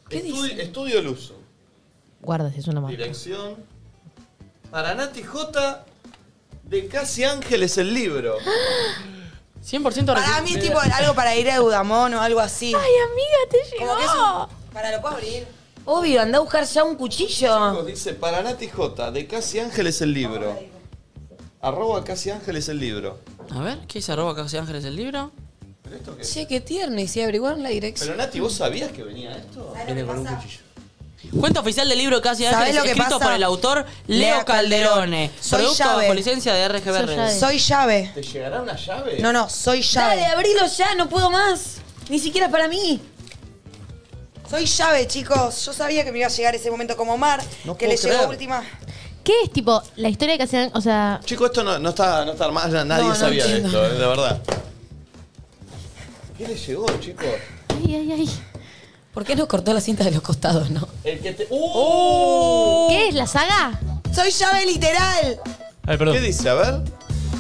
C: ¿Qué
A: Estu-
C: dice?
A: Estudio Luso.
E: Guarda, si es una marca.
A: Dirección. Para Nati J. De Casi Ángeles el libro.
D: 100%
B: Para
D: recu-
B: mí es tipo algo para ir a Eudamón o algo así.
C: Ay, amiga, te llegó.
B: Como que es un... Para, ¿lo puedo abrir?
C: Obvio, anda a buscar ya un cuchillo.
A: Chicos, dice para Nati J. De Casi Ángeles el libro. Arroba Casi Ángeles el libro.
D: A ver, ¿qué dice arroba Casi Ángeles el libro?
A: ¿Pero esto qué?
C: Che, qué tierno. Y si averiguaron la dirección.
A: Pero Nati, ¿vos sabías que venía esto?
D: Cuenta oficial del libro Casi
B: ¿Sabés
D: Ángeles,
B: lo que
D: escrito
B: pasa?
D: por el autor
B: Lea
D: Leo
B: Calderone.
D: Calderone.
B: Soy
D: producto
B: llave.
D: bajo licencia de RGB
E: Soy
D: Redes.
E: llave.
B: Soy llave.
A: ¿Te llegará una llave?
B: No, no, soy llave.
C: Dale, abrilo ya, no puedo más. Ni siquiera para mí.
B: Soy llave, chicos. Yo sabía que me iba a llegar ese momento como Omar,
A: No
B: que le
A: puedo
B: llegó
A: creer.
B: última.
E: ¿Qué es tipo la historia que hacían? O sea,
A: Chico, esto no, no está, no está armado, ya nadie
C: No, no
A: sabía de
C: entiendo.
A: esto, eh, de verdad. ¿Qué le llegó, chico?
E: ay, ay, ay.
C: ¿Por qué no cortó la cinta de los costados, no?
A: El que te. ¡Uh!
E: ¿Qué es la saga?
B: Soy llave literal.
H: Ay, perdón.
A: ¿Qué dice? A ver.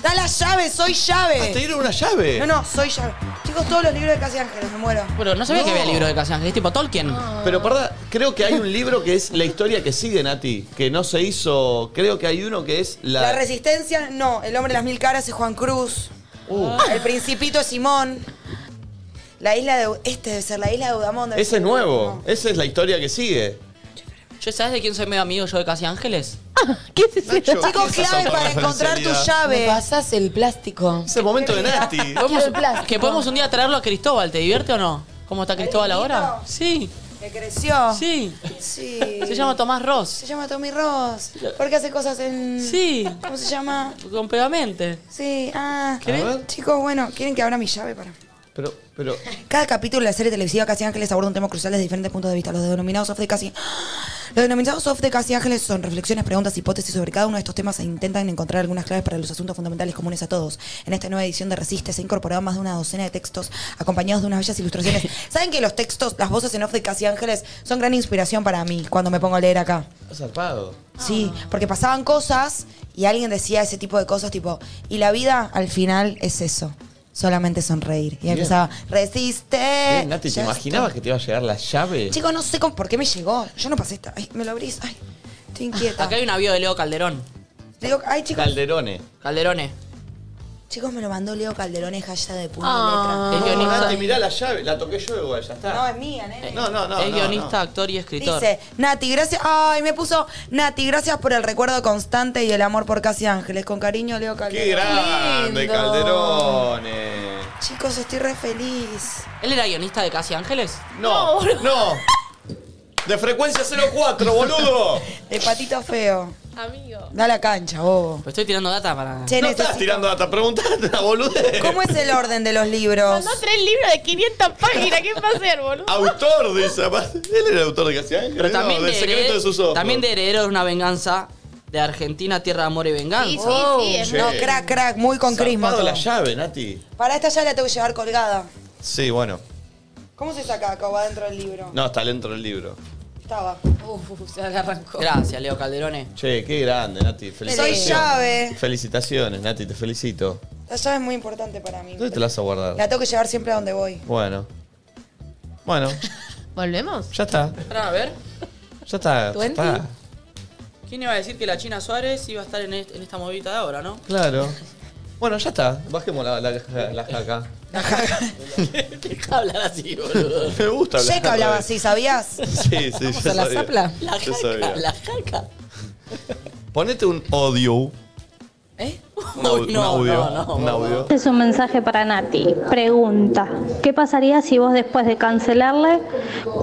B: Da la llave, soy llave.
A: Ah, te dieron una llave.
B: No, no, soy llave. Chicos, todos los libros de Casi Ángeles, me muero.
D: Pero no sabía que había libro de Casi Ángeles, tipo Tolkien.
A: Pero pará, creo que hay un libro que es la historia que sigue, Nati, que no se hizo. Creo que hay uno que es la.
B: La Resistencia, no. El Hombre de las Mil Caras es Juan Cruz.
A: Uh,
B: El Principito es Simón. La isla de... Este debe ser la isla de Udamondo.
A: ese es nuevo. Esa es la historia que sigue.
D: Yo, ¿sabes de quién soy medio amigo yo de Casi Ángeles?
E: ¿Qué es eso?
B: Chicos, clave para encontrar tu
C: ¿Me
B: llave.
C: pasas el plástico?
A: Es el momento de Nati.
D: Podemos-
C: el plástico.
D: que podemos un día traerlo a Cristóbal, ¿te divierte o no? ¿Cómo está Cristóbal ahora? Sí,
B: Que creció.
D: sí.
B: Sí.
D: Se llama Tomás
B: Se
D: Ross.
B: llama Tommy Ross. Porque hace cosas en...
D: Sí,
B: ¿Cómo se llama?
D: con pegamente.
B: Sí, ah.
A: ¿Querés? A ver.
B: Chicos, bueno, ¿quieren que abra mi llave para...?
A: Pero, pero.
B: Cada capítulo de la serie televisiva Casi Ángeles aborda un tema crucial desde diferentes puntos de vista. Los denominados off de Casi... Los denominados off de Casi Ángeles son reflexiones, preguntas, hipótesis sobre cada uno de estos temas e intentan encontrar algunas claves para los asuntos fundamentales comunes a todos. En esta nueva edición de Resiste se ha incorporado más de una docena de textos acompañados de unas bellas ilustraciones. ¿Saben que los textos, las voces en off de Casi Ángeles son gran inspiración para mí cuando me pongo a leer acá?
A: Zarpado.
B: Sí, porque pasaban cosas y alguien decía ese tipo de cosas, tipo, y la vida al final es eso, solamente sonreír. Y empezaba, resiste.
A: Eh, Nati, ¿te
B: ya
A: imaginabas que
B: estoy".
A: te iba a llegar la llave?
B: Chicos, no sé cómo- por qué me llegó. Yo no pasé esta. Ay, me lo abrís. Ay, estoy inquieta.
D: Acá hay un avión de Leo Calderón.
B: Digo, ay, chicos,
A: Calderone.
D: Calderone.
B: chicos, me lo mandó Leo Calderón, Jaya de puño
D: Ah.
B: y
D: El
B: letra.
D: guionista.
A: Nati, mirá la llave. La toqué yo igual, ya
B: No,
A: está.
B: es mía, nene.
A: No, no, no.
D: Eh, es
A: no, no.
D: guionista, actor y escritor.
B: Dice, Nati, gracias. Ay, me puso Nati, gracias por el recuerdo constante y el amor por Casi Ángeles. Con cariño, Leo Calderón.
A: ¡Qué grande,
C: lindo.
A: Calderone!
B: Chicos, estoy re feliz.
D: ¿Él era guionista de Casi Ángeles?
A: No, no. De frecuencia 04, boludo.
B: El patito feo.
E: Amigo.
B: Da la cancha, bobo.
D: Pero Pues estoy tirando data para.
B: Che,
A: No
B: necesito-
A: estás tirando data, preguntate la boludez.
B: ¿Cómo es el orden de los libros?
E: Mandó tres libros de 500 páginas. ¿Qué va a hacer, boludo?
A: Autor de esa Él era el autor de Casi Ángeles.
D: Pero también,
A: no, del
D: de
A: secreto
D: hered-
A: de sus ojos.
D: también de Heredero de una venganza de Argentina, Tierra de Amor y Venganza.
E: Sí, sí,
B: Oh,
E: sí. Es
A: Che.
B: No, crack, crack, muy con crisma.
A: Zarpado
B: todo.
A: la llave, Nati.
B: Para esta ya la tengo que llevar colgada.
A: Sí, bueno.
B: ¿Cómo se saca acá o va dentro del libro?
A: No, está dentro del libro.
B: Estaba.
C: Uf, se la arrancó.
D: Gracias, Leo Calderone.
A: Che, qué grande, Nati.
B: Soy
A: Felicitaciones.
B: llave.
A: Felicitaciones, Nati, te felicito.
B: La llave es muy importante para mí.
A: ¿Dónde te la vas a guardar?
B: La tengo que llevar siempre a donde voy.
A: Bueno. Bueno,
E: ¿Volvemos?
A: ya está.
D: Esperá, a ver.
A: Ya está. ya está.
D: ¿Quién iba a decir que la China Suárez iba a estar en, est- en esta movita de ahora, no?
A: Claro. Bueno, ya está. Bajemos la, la, la jaca.
D: Deja hablar así, boludo.
A: Me gusta hablar.
B: Checa hablaba así, ¿sabías?
A: Sí, sí, yo
C: a la
A: sabía.
C: zapla?
D: La
A: Yo
D: jaca,
A: sabía.
D: la jaca.
A: Ponete un audio.
D: ¿Eh?
A: Un, au-
D: Uy,
A: un audio.
D: no, no.
A: un audio.
F: Este es un mensaje para Nati. Pregunta, ¿qué pasaría si vos después de cancelarle,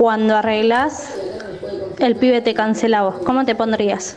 F: cuando arreglás, el pibe te cancela a vos? ¿Cómo te pondrías?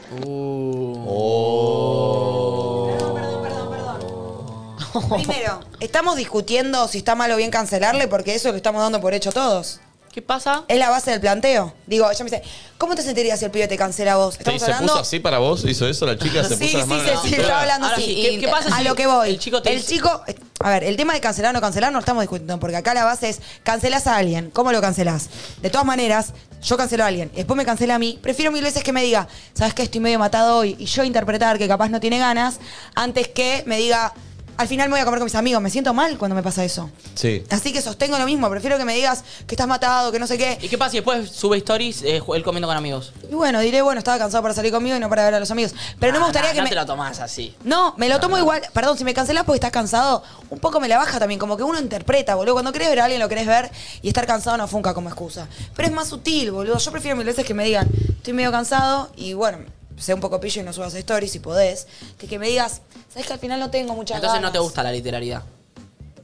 B: Primero, estamos discutiendo si está mal o bien cancelarle porque eso lo estamos dando por hecho todos.
D: ¿Qué pasa?
B: Es la base del planteo. Digo, ella me dice, ¿cómo te sentirías si el pibe te cancela a vos?
A: Sí,
B: Estamos
A: ¿Se
B: hablando.
A: puso así para vos? ¿Hizo eso la chica? ¿Se
B: Sí,
A: puso
B: sí,
A: las manos
B: sí,
A: en la
B: sí,
A: cintura?
B: estaba hablando
D: Ahora
B: así.
D: sí, ¿qué-
B: Y
D: qué pasa
B: a
D: si
B: lo que voy.
D: el chico te dice-
B: chico- A ver, el tema de cancelar o no cancelar no estamos discutiendo, porque acá la base es, cancelas a alguien, ¿cómo lo cancelas? De todas maneras, yo cancelo a alguien, y después me cancela a mí, prefiero mil veces que me diga, ¿sabes qué? Estoy medio matado hoy, y yo interpretar que capaz no tiene ganas, antes que me diga, al final me voy a comer con mis amigos, me siento mal cuando me pasa eso.
A: Sí.
B: Así que sostengo lo mismo, prefiero que me digas que estás matado, que no sé qué.
D: ¿Y qué pasa si después sube stories eh, él comiendo con amigos?
B: Y bueno, diré, bueno, estaba cansado para salir conmigo y no para ver a los amigos. Pero no me
D: Ah,
B: gustaría
D: nah,
B: que
D: no
B: me...
D: te lo tomás así.
B: No, me lo tomo igual. Perdón, si me cancelás porque estás cansado, un poco me la baja también. Como que uno interpreta, boludo. Cuando querés ver a alguien, lo querés ver y estar cansado no funca como excusa. Pero es más sutil, boludo. Yo prefiero mil veces que me digan, estoy medio cansado y bueno, sé un poco pillo y no subas stories si podés. Que que me digas, sabes que al final no tengo muchas
D: Entonces no te
B: ganas".
D: gusta la literalidad.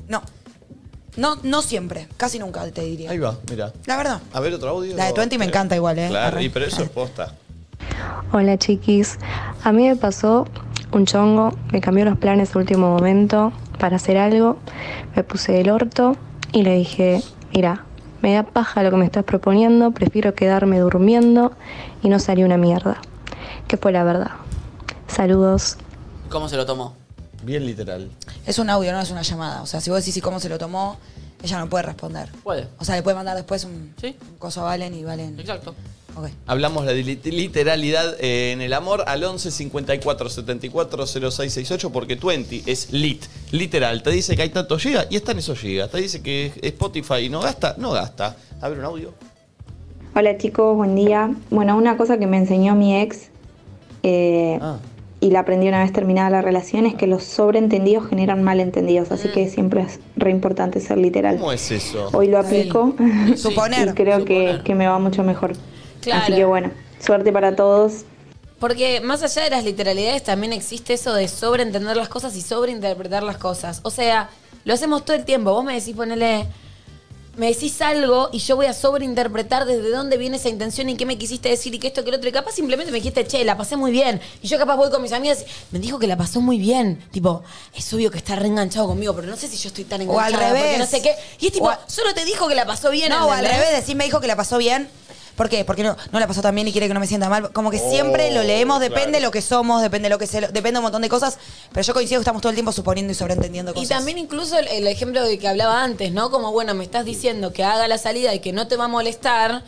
B: No. No, no siempre. Casi nunca te diría.
A: Ahí va, mira.
B: La verdad.
D: Ah.
A: A ver otro audio.
B: La de 20 me encanta igual, ¿eh?
A: Claro,
B: Arre.
A: y pero eso es posta.
H: Hola chiquis, a mí me pasó un chongo, me cambió los planes a último momento para hacer algo, me puse el orto y le dije, mira, me da paja lo que me estás proponiendo, prefiero quedarme durmiendo y no salió una mierda, que fue la verdad. Saludos.
D: ¿Cómo se lo tomó?
A: Bien literal.
B: Es un audio, no es una llamada. O sea, si vos decís cómo se lo tomó, ella no puede responder.
D: Puede.
B: O sea, le puede mandar después un,
D: Sí.
B: un coso a Valen y Valen.
D: Exacto.
B: Ok.
A: Hablamos de li- literalidad eh, en el amor al 11 54 74 0668 porque 20 es lit, literal. Te dice que hay tantos gigas y están esos gigas. Te dice que Spotify no gasta, no gasta. A ver un audio.
H: Hola chicos, buen día. Bueno, una cosa que me enseñó mi ex eh, y la aprendí una vez terminada la relación es que los sobreentendidos generan malentendidos, así que siempre es re importante ser literal.
A: ¿Cómo es eso?
H: Hoy lo aplico y
B: Suponer.
H: creo que, que me va mucho mejor. Así
C: Claro.
H: que bueno, suerte para todos.
C: Porque más allá de las literalidades también existe eso de sobreentender las cosas y sobreinterpretar las cosas. O sea, lo hacemos todo el tiempo. Vos me decís, ponele, me decís algo y yo voy a sobreinterpretar desde dónde viene esa intención y qué me quisiste decir y que esto, que lo otro. Y capaz simplemente me dijiste, che, la pasé muy bien. Y yo capaz voy con mis amigas y me dijo que la pasó muy bien. Tipo, es obvio que está reenganchado conmigo, pero no sé si yo estoy tan
B: O al
C: enganchada. porque
B: revés.
C: no sé qué. Y es tipo,
B: O a-
C: solo te dijo que la pasó bien.
B: No, o al
C: ¿entendés?
B: revés, decís, me dijo que la pasó bien. ¿Por qué? Porque no, no la pasó tan bien y quiere que no me sienta mal. Como que siempre lo leemos, depende de lo que somos, depende de lo que se, depende de un montón de cosas. Pero yo coincido que estamos todo el tiempo suponiendo y sobreentendiendo cosas.
C: Y también incluso el, el ejemplo de que hablaba antes, ¿no? Como, bueno, me estás diciendo que haga la salida y que no te va a molestar.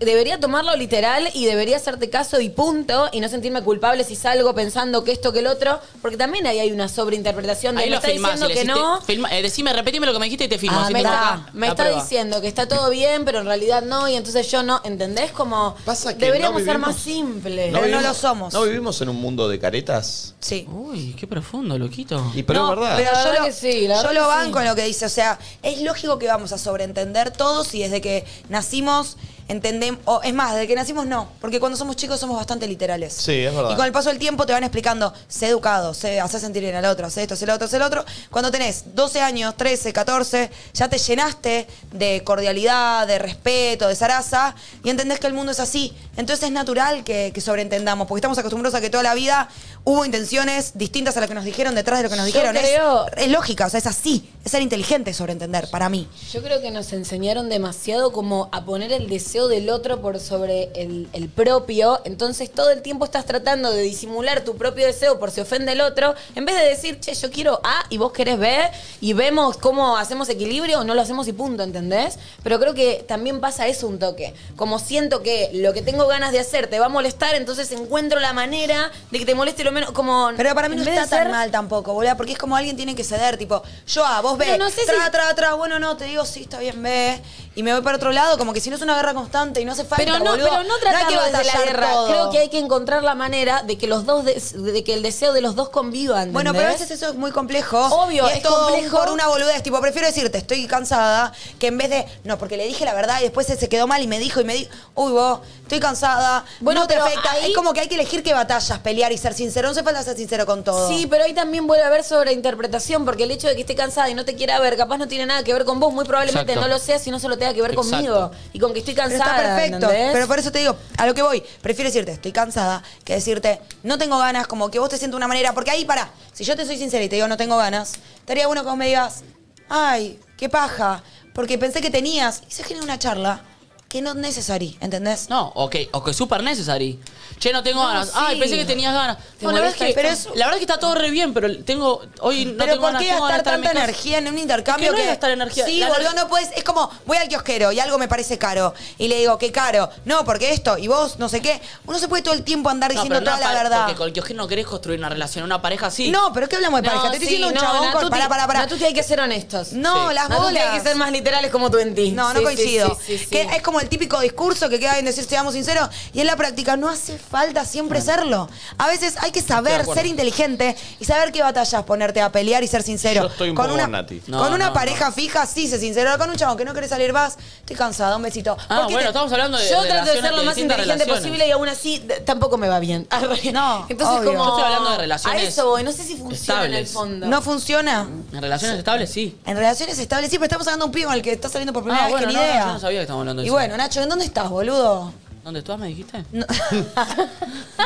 C: Debería tomarlo literal y debería hacerte caso y punto, y no sentirme culpable si salgo pensando que esto, que el otro, porque también ahí hay una sobreinterpretación de
D: Ahí lo
C: me está
D: filmás.
C: diciendo
D: y
C: que
D: le decís,
C: no.
D: te- filma- eh, decime, repetime lo que me dijiste y te filmo.
B: Ah,
D: así
C: Me
D: tengo
C: está,
D: acá
C: me
D: la
C: está
D: prueba.
C: diciendo que está todo bien, pero en realidad no, y entonces yo no, ¿entendés? Como
A: Pasa que
C: deberíamos
A: no
C: ser
A: vivimos-
C: más simples.
B: Pero no
A: vivimos-
B: lo somos.
A: ¿No vivimos en un mundo de caretas?
B: Sí.
D: Uy, qué profundo, loquito.
A: Y pero
C: No,
A: es verdad.
B: Pero
C: La
B: yo
C: verdad
B: lo,
C: que sí, la
B: yo
C: verdad
B: lo
C: que sí.
B: banco en lo que dice. O sea, es lógico que vamos a sobreentender todos y desde que nacimos entendemos. O es más, desde que nacimos no. Porque cuando somos chicos somos bastante literales.
A: Sí, es verdad.
B: Y con el paso del tiempo te van explicando, sé educado, sé hacer sentir bien al otro, sé esto, sé lo otro, sé lo otro. Cuando tenés 12 años, 13, 14, ya te llenaste de cordialidad, de respeto, de zaraza y entendés que el mundo es así. Entonces es natural que, que sobreentendamos, porque estamos acostumbrados a que toda la vida hubo intenciones distintas a lo que nos dijeron detrás de lo que nos
C: Yo
B: dijeron. Es-
C: creo-
B: Es, lógica, o sea, es así. Es ser inteligente sobreentender, para mí.
C: Yo creo que nos enseñaron demasiado como a poner el deseo del otro por sobre el, el propio. Entonces todo el tiempo estás tratando de disimular tu propio deseo por si ofende el otro. En vez de decir, che, yo quiero A y vos querés B. Y vemos cómo hacemos equilibrio o no lo hacemos y punto, ¿entendés? Pero creo que también pasa eso un toque. Como siento que lo que tengo ganas de hacer te va a molestar, entonces encuentro la manera de que te moleste lo menos. Como,
B: Pero para mí no
C: Mm. en vez de
B: está tan
C: ser-
B: mal tampoco, boludo, porque es como alguien tiene que ceder, tipo, yo A, vos B,
C: Pero no sé
B: tra,
C: si-
B: tra, tra, bueno, no, te digo, sí, está bien, B, y me voy para otro lado, como que si no es una guerra constante y no hace falta,
C: Pero no,
B: boludo.
C: pero
B: hay
C: no
B: que
C: tratarlo desde la
B: batallar
C: guerra.
B: todo.
C: Creo que hay que encontrar la manera de que los dos des- de que el deseo de los dos convivan.
B: Bueno, pero a
C: ¿entendés?
B: veces eso es muy complejo.
C: Obvio,
B: y es,
C: es
B: todo
C: complejo.
B: por una boludez. Tipo, prefiero decirte, estoy cansada, que en vez de, no, porque le dije la verdad y después se- se quedó mal y me dijo y me dijo, uy, vos, estoy cansada,
C: Bueno,
B: no te
C: pero
B: afecta.
C: ahí-
B: Es como que hay que elegir qué batallas, pelear y ser sincero. No se falta ser sincero con todo.
C: Sí, pero ahí también vuelve a haber sobreinterpretación, porque el hecho de que esté cansada y no te quiera ver, capaz no tiene nada que ver con vos, muy probablemente
D: Exacto.
C: no lo sea, sino solo tenga que ver
D: Exacto.
C: conmigo y con que estoy
B: Pero
C: cansada.
B: está perfecto.
C: ¿entendés?
B: Pero por eso te digo, a lo que voy, prefiero decirte, estoy cansada, que decirte, no tengo ganas, como que vos te sientes de una manera. Porque ahí, para, si yo te soy sincera y te digo, no tengo ganas, estaría bueno que vos me digas, ay, qué paja, porque pensé que tenías. Y se genera una charla que no es necesaria, ¿entendés?
D: No, o que, o que super necessary. Che, no tengo ganas. Ay,
C: sí.
D: pensé que tenías ganas.
C: Te
D: No, la verdad es
C: molesta
D: que,
B: esto. Pero es-
D: la verdad es que está todo re bien, pero tengo. Hoy no
B: Pero
D: tengo
B: ¿por
D: ganas,
B: qué
D: tengo
B: gastar
D: ganas de estar en mi
B: tanta
D: casa.
B: energía en un intercambio
D: Es que no es gastar energía.
B: Sí,
D: La
B: boludo,
D: energía-
B: no puedes. Es como, voy al kiosquero y algo me parece caro. Y le digo, qué caro. No, porque esto, y vos, no sé qué. Uno se puede todo el tiempo andar
D: No,
B: diciendo
D: pero
B: toda
D: una
B: la
D: pare-
B: verdad.
D: Porque con el kiosquero no querés construir una relación, una pareja sí.
B: No, pero ¿qué hablamos de pareja? Te estoy
C: sí,
B: diciendo un
C: no,
B: chabón con.
C: Natuti-
B: Pará, pará, pará.
C: Natuti hay que ser honestos.
B: No, las
C: Natuti
B: bolas.
C: hay que ser más literales como tú en ti.
B: No, no
C: Sí, sí,
B: coincido.
C: sí, sí, sí.
B: Que es como el típico discurso que queda bien decir, seamos sinceros, y en la práctica no hace falta siempre serlo. A veces hay que saber
D: acuerdo.
B: ser inteligente y saber qué batallas ponerte a pelear y ser sincero.
A: Yo estoy un
B: con
A: poco
B: una,
A: con Nati.
D: No,
B: con una
D: no,
B: pareja fija, sí, sé sincero. Con un chabón que no quiere salir más, estoy cansada, un besito.
D: Ah,
B: ¿Por qué
D: bueno,
B: te-
D: estamos hablando de.
C: Yo trato de ser lo
D: relaciones,
C: más
D: distintas
C: inteligente
D: relaciones.
C: posible y aún así de- tampoco me va bien.
D: Ah,
C: Arre.
B: No,
C: entonces
B: obvio.
C: como
D: Yo estoy hablando de relaciones
C: A eso voy, no sé si funciona en el
D: estables.
C: fondo.
B: No funciona.
D: En relaciones estables, sí.
B: En relaciones estables, sí, pero estamos hablando de un pibe con el que está saliendo por primera
D: Ah,
B: vez,
D: bueno,
B: que ni
D: no, no,
B: idea.
D: yo no sabía que estábamos hablando de
B: Y
D: eso.
B: bueno, Nacho, ¿en dónde estás, boludo?
D: ¿Dónde tú me dijiste?
B: No-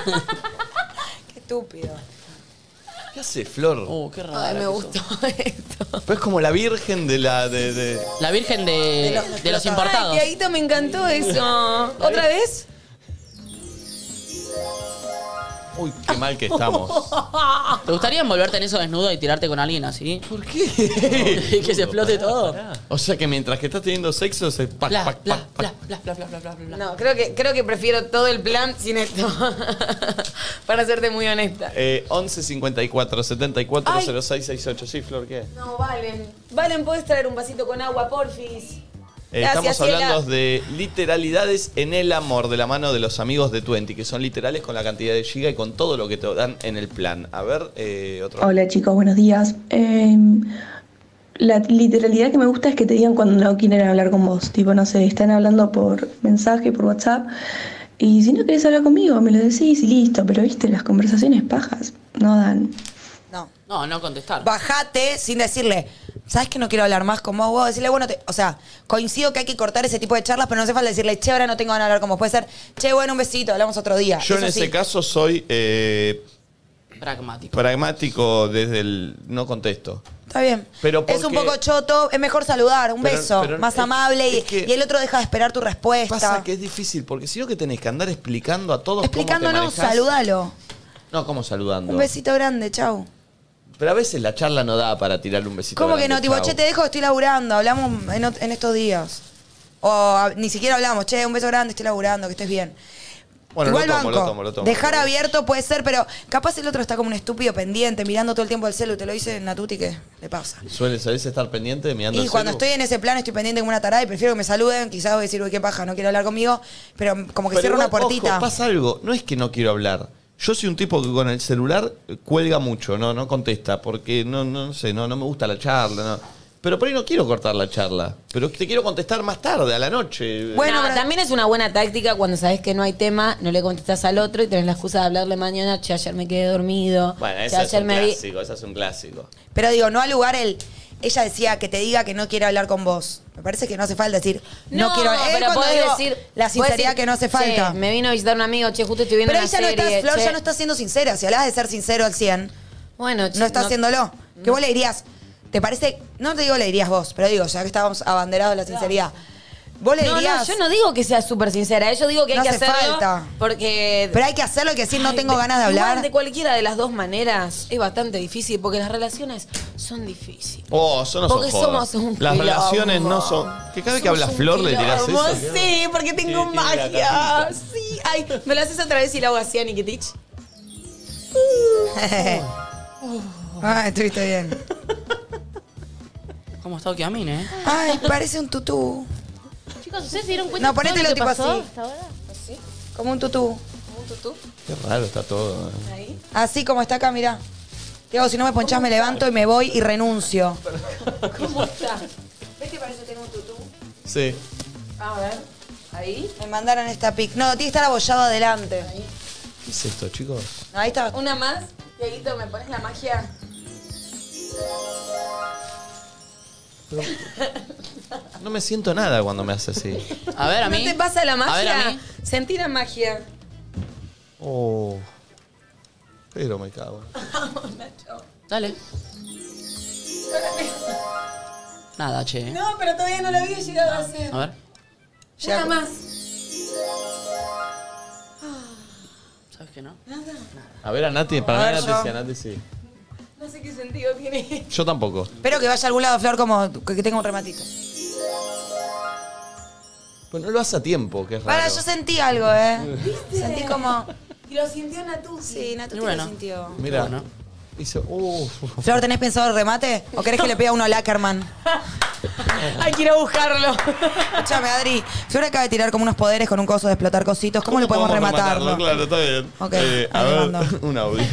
B: Qué estúpido.
A: ¿Qué hace Flor?
D: Oh, qué raro.
C: Ay, me
D: que
C: gustó
D: sos.
C: esto.
A: Pero es como la virgen de la. De, de-
D: La virgen de,
B: los
D: de
B: explotados.
D: los importados.
C: Ay, Tiaguito, me encantó eso. ¿Otra vez?
A: Uy, qué mal que estamos.
D: ¿Te gustaría envolverte en eso desnudo y tirarte con alguien así? ¿Por qué? que se explote todo.
A: O sea que mientras que estás teniendo sexo, se pac,
D: Pla,
A: pac,
D: pla,
A: pac, pac.
D: pla, pla, pla, pla, pla, pla.
C: No, creo que, creo que prefiero todo el plan sin esto. Para serte muy honesta.
A: Eh, 11 54 74 06 68. Sí, Flor, ¿qué? Eh,
C: No, Valen. Valen, ¿puedes traer un vasito con agua, porfis? Gracias,
A: Eh, estamos hablando
C: Ciela.
A: de literalidades en el amor, de la mano de los amigos de Twenty, que son literales con la cantidad de giga y con todo lo que te dan en el plan. A ver, eh, otro.
I: Hola chicos, buenos días. Eh, la literalidad que me gusta es que te digan cuando no quieren hablar con vos. Tipo, no sé, están hablando por mensaje, por WhatsApp. Y si no querés hablar conmigo, me lo decís y listo. Pero viste, las conversaciones pajas no dan.
B: No.
D: No, no contestar.
B: Bajate sin decirle, ¿sabes que no quiero hablar más con vos? vos? Decirle, bueno, te- o sea, coincido que hay que cortar ese tipo de charlas, pero no hace falta decirle, che, ahora no tengo ganas de hablar con vos. Puede ser, che, bueno, un besito, hablamos otro día.
A: Yo en
B: Eso sí.
A: ese caso soy eh,
D: Pragmático.
A: pragmático desde el no contesto.
B: Está bien.
A: Pero
B: es
A: porque-
B: un poco choto, es mejor saludar, un
A: Pero-
B: beso,
A: pero
B: más
A: es-
B: amable y,
A: es que-
B: y el otro deja de esperar tu respuesta.
A: Pasa que es difícil, porque si no que tenés que andar explicando a todos cómo
B: Explicándonos,
A: te manejás.
B: saludalo.
A: No, ¿cómo saludando?
B: Un besito grande, chau.
A: Pero a veces la charla no da para tirarle un besito.
B: ¿Cómo que
A: grande,
B: no? Tipo,
A: chau.
B: che, te dejo, estoy laburando, hablamos en, ot- en estos días. O ah, ni siquiera hablamos, che, un beso grande, estoy laburando, que estés bien.
A: Bueno,
B: Igual
A: lo tomo,
B: banco.
A: lo tomo, lo tomo.
B: Dejar abierto puede ser, pero capaz el otro está como un estúpido pendiente, mirando todo el tiempo el celu, te lo dice Natuti que le pasa.
A: Sueles a veces estar pendiente mirando
B: Y
A: el
B: cuando
A: celu.
B: estoy en ese plan estoy pendiente como una tarada y prefiero que me saluden, quizás voy a decir, uy, qué paja, no quiero hablar conmigo, pero como que
A: Pero
B: cierro
A: igual,
B: una puertita.
A: ojo, pasa algo, no es que no quiero hablar. Yo soy un tipo que con el celular eh, cuelga mucho, no, no contesta, porque no, no, no sé, no, no me gusta la charla, no. Pero por ahí no quiero cortar la charla. Pero te quiero contestar más tarde, a la noche.
B: Bueno,
C: Bueno,
B: pero-
C: también es una buena táctica cuando sabes que no hay tema, no le contestas al otro y tenés la excusa de hablarle mañana, che, ayer me quedé dormido,
A: Bueno,
C: che,
A: ese es
C: ayer
A: un
C: me vi.
A: clásico, ese es un clásico.
B: Pero digo, no al lugar el. Ella decía que te diga que no quiere hablar con vos. Me parece que no hace falta decir, no, quiero hablar. Es
C: pero
B: cuando
C: podés
B: digo
C: decir
B: la
C: podés
B: sinceridad
C: decir,
B: que no hace
C: "Che,
B: falta.
C: me vino a visitar un amigo, che, justo estoy viendo
B: Pero ahí
C: una
B: ya no estás,
C: serie,
B: Flor,
C: che".
B: ya no estás siendo sincera. Si hablas de ser sincero al 100,
C: Bueno, che,
B: no estás haciéndolo. Que vos le dirías, ¿te parece? No te digo le dirías vos, pero digo, ya que estábamos abanderados de la sinceridad. Vos le
C: No,
B: dirías.
C: no, yo no digo que sea súper sincera, eh, yo digo que hay
B: No
C: que
B: hace
C: hacerlo
B: falta.
C: porque
B: Pero hay que hacerlo y que decir, no
C: Ay,
B: tengo
C: de-
B: ganas de hablar.
C: Igual de cualquiera de las dos maneras es bastante difícil porque las relaciones son difíciles.
A: Oh, eso no
C: Porque
A: son jodas.
C: somos un
A: Las
C: quilombo.
A: relaciones no son. Que cada vez que
C: Somos
A: habla
C: un
A: Flor le dirás
C: quilombo.
A: eso.
C: Sí, porque tengo
A: tiene la
C: magia.
A: capita.
C: Sí, ay, me lo haces otra vez y la hago así a Nikitich.
B: Ah, estuviste bien.
D: ¿Cómo está aquí a mí, eh?
B: Ay, parece un tutú.
E: Chicos, ¿ustedes se dieron cuenta
B: No,
E: de todo
B: ponételo
E: lo que
B: tipo
E: pasó
B: así.
E: hasta ahora?
B: Como un tutú.
A: Qué raro está todo. eh.
B: Así como está acá, mirá. Digo, si no me ponchás, me levanto y me voy y renuncio.
C: ¿Cómo está?
B: ¿Ves que parece tengo un tutú?
A: Sí.
C: A ver, ahí.
B: Me mandaron esta pic. No, tiene que estar abollado adelante.
A: ¿Qué es esto, chicos?
B: No, ahí está.
C: Una más. Dieguito, ¿me pones la magia?
A: No me siento nada cuando me hace así.
D: A ver, a
C: ¿No
D: mí.
C: te pasa la magia?
D: A ver, a mí.
C: Sentí la magia.
A: Oh. Pero me cago.
D: Dale. Nada, che.
C: No, pero todavía no lo había llegado a hacer.
D: A ver.
C: Una más.
D: ¿Sabes qué no?
A: A ver a Nati, para
B: ver,
A: mí a Nati
B: yo.
A: sí, a Nati sí.
C: No sé qué sentido tiene.
A: Yo tampoco.
B: Espero que vaya a algún lado, Flor, como que que tenga un rematito.
A: Pero Pues no lo hace a tiempo, que es raro.
B: Para, yo sentí algo, ¿eh? Sentí como...
C: Y lo sintió Natu.
B: Sí, Natu
D: Y
B: te
D: bueno.
B: lo sintió.
A: Mira,
D: Bueno.
A: Dice, uh,
B: Flor, ¿tenés pensado el remate? ¿O querés que le pida uno a Lackerman?
C: Hay que ir a buscarlo.
B: Escúchame, Adri. Flor acaba de tirar como unos poderes con un coso de explotar cositos. ¿Cómo, lo podemos rematar?
A: Claro, está bien. Eh,
B: Ok,
A: a
B: ahí le
A: ver,
B: mando.
A: un audio.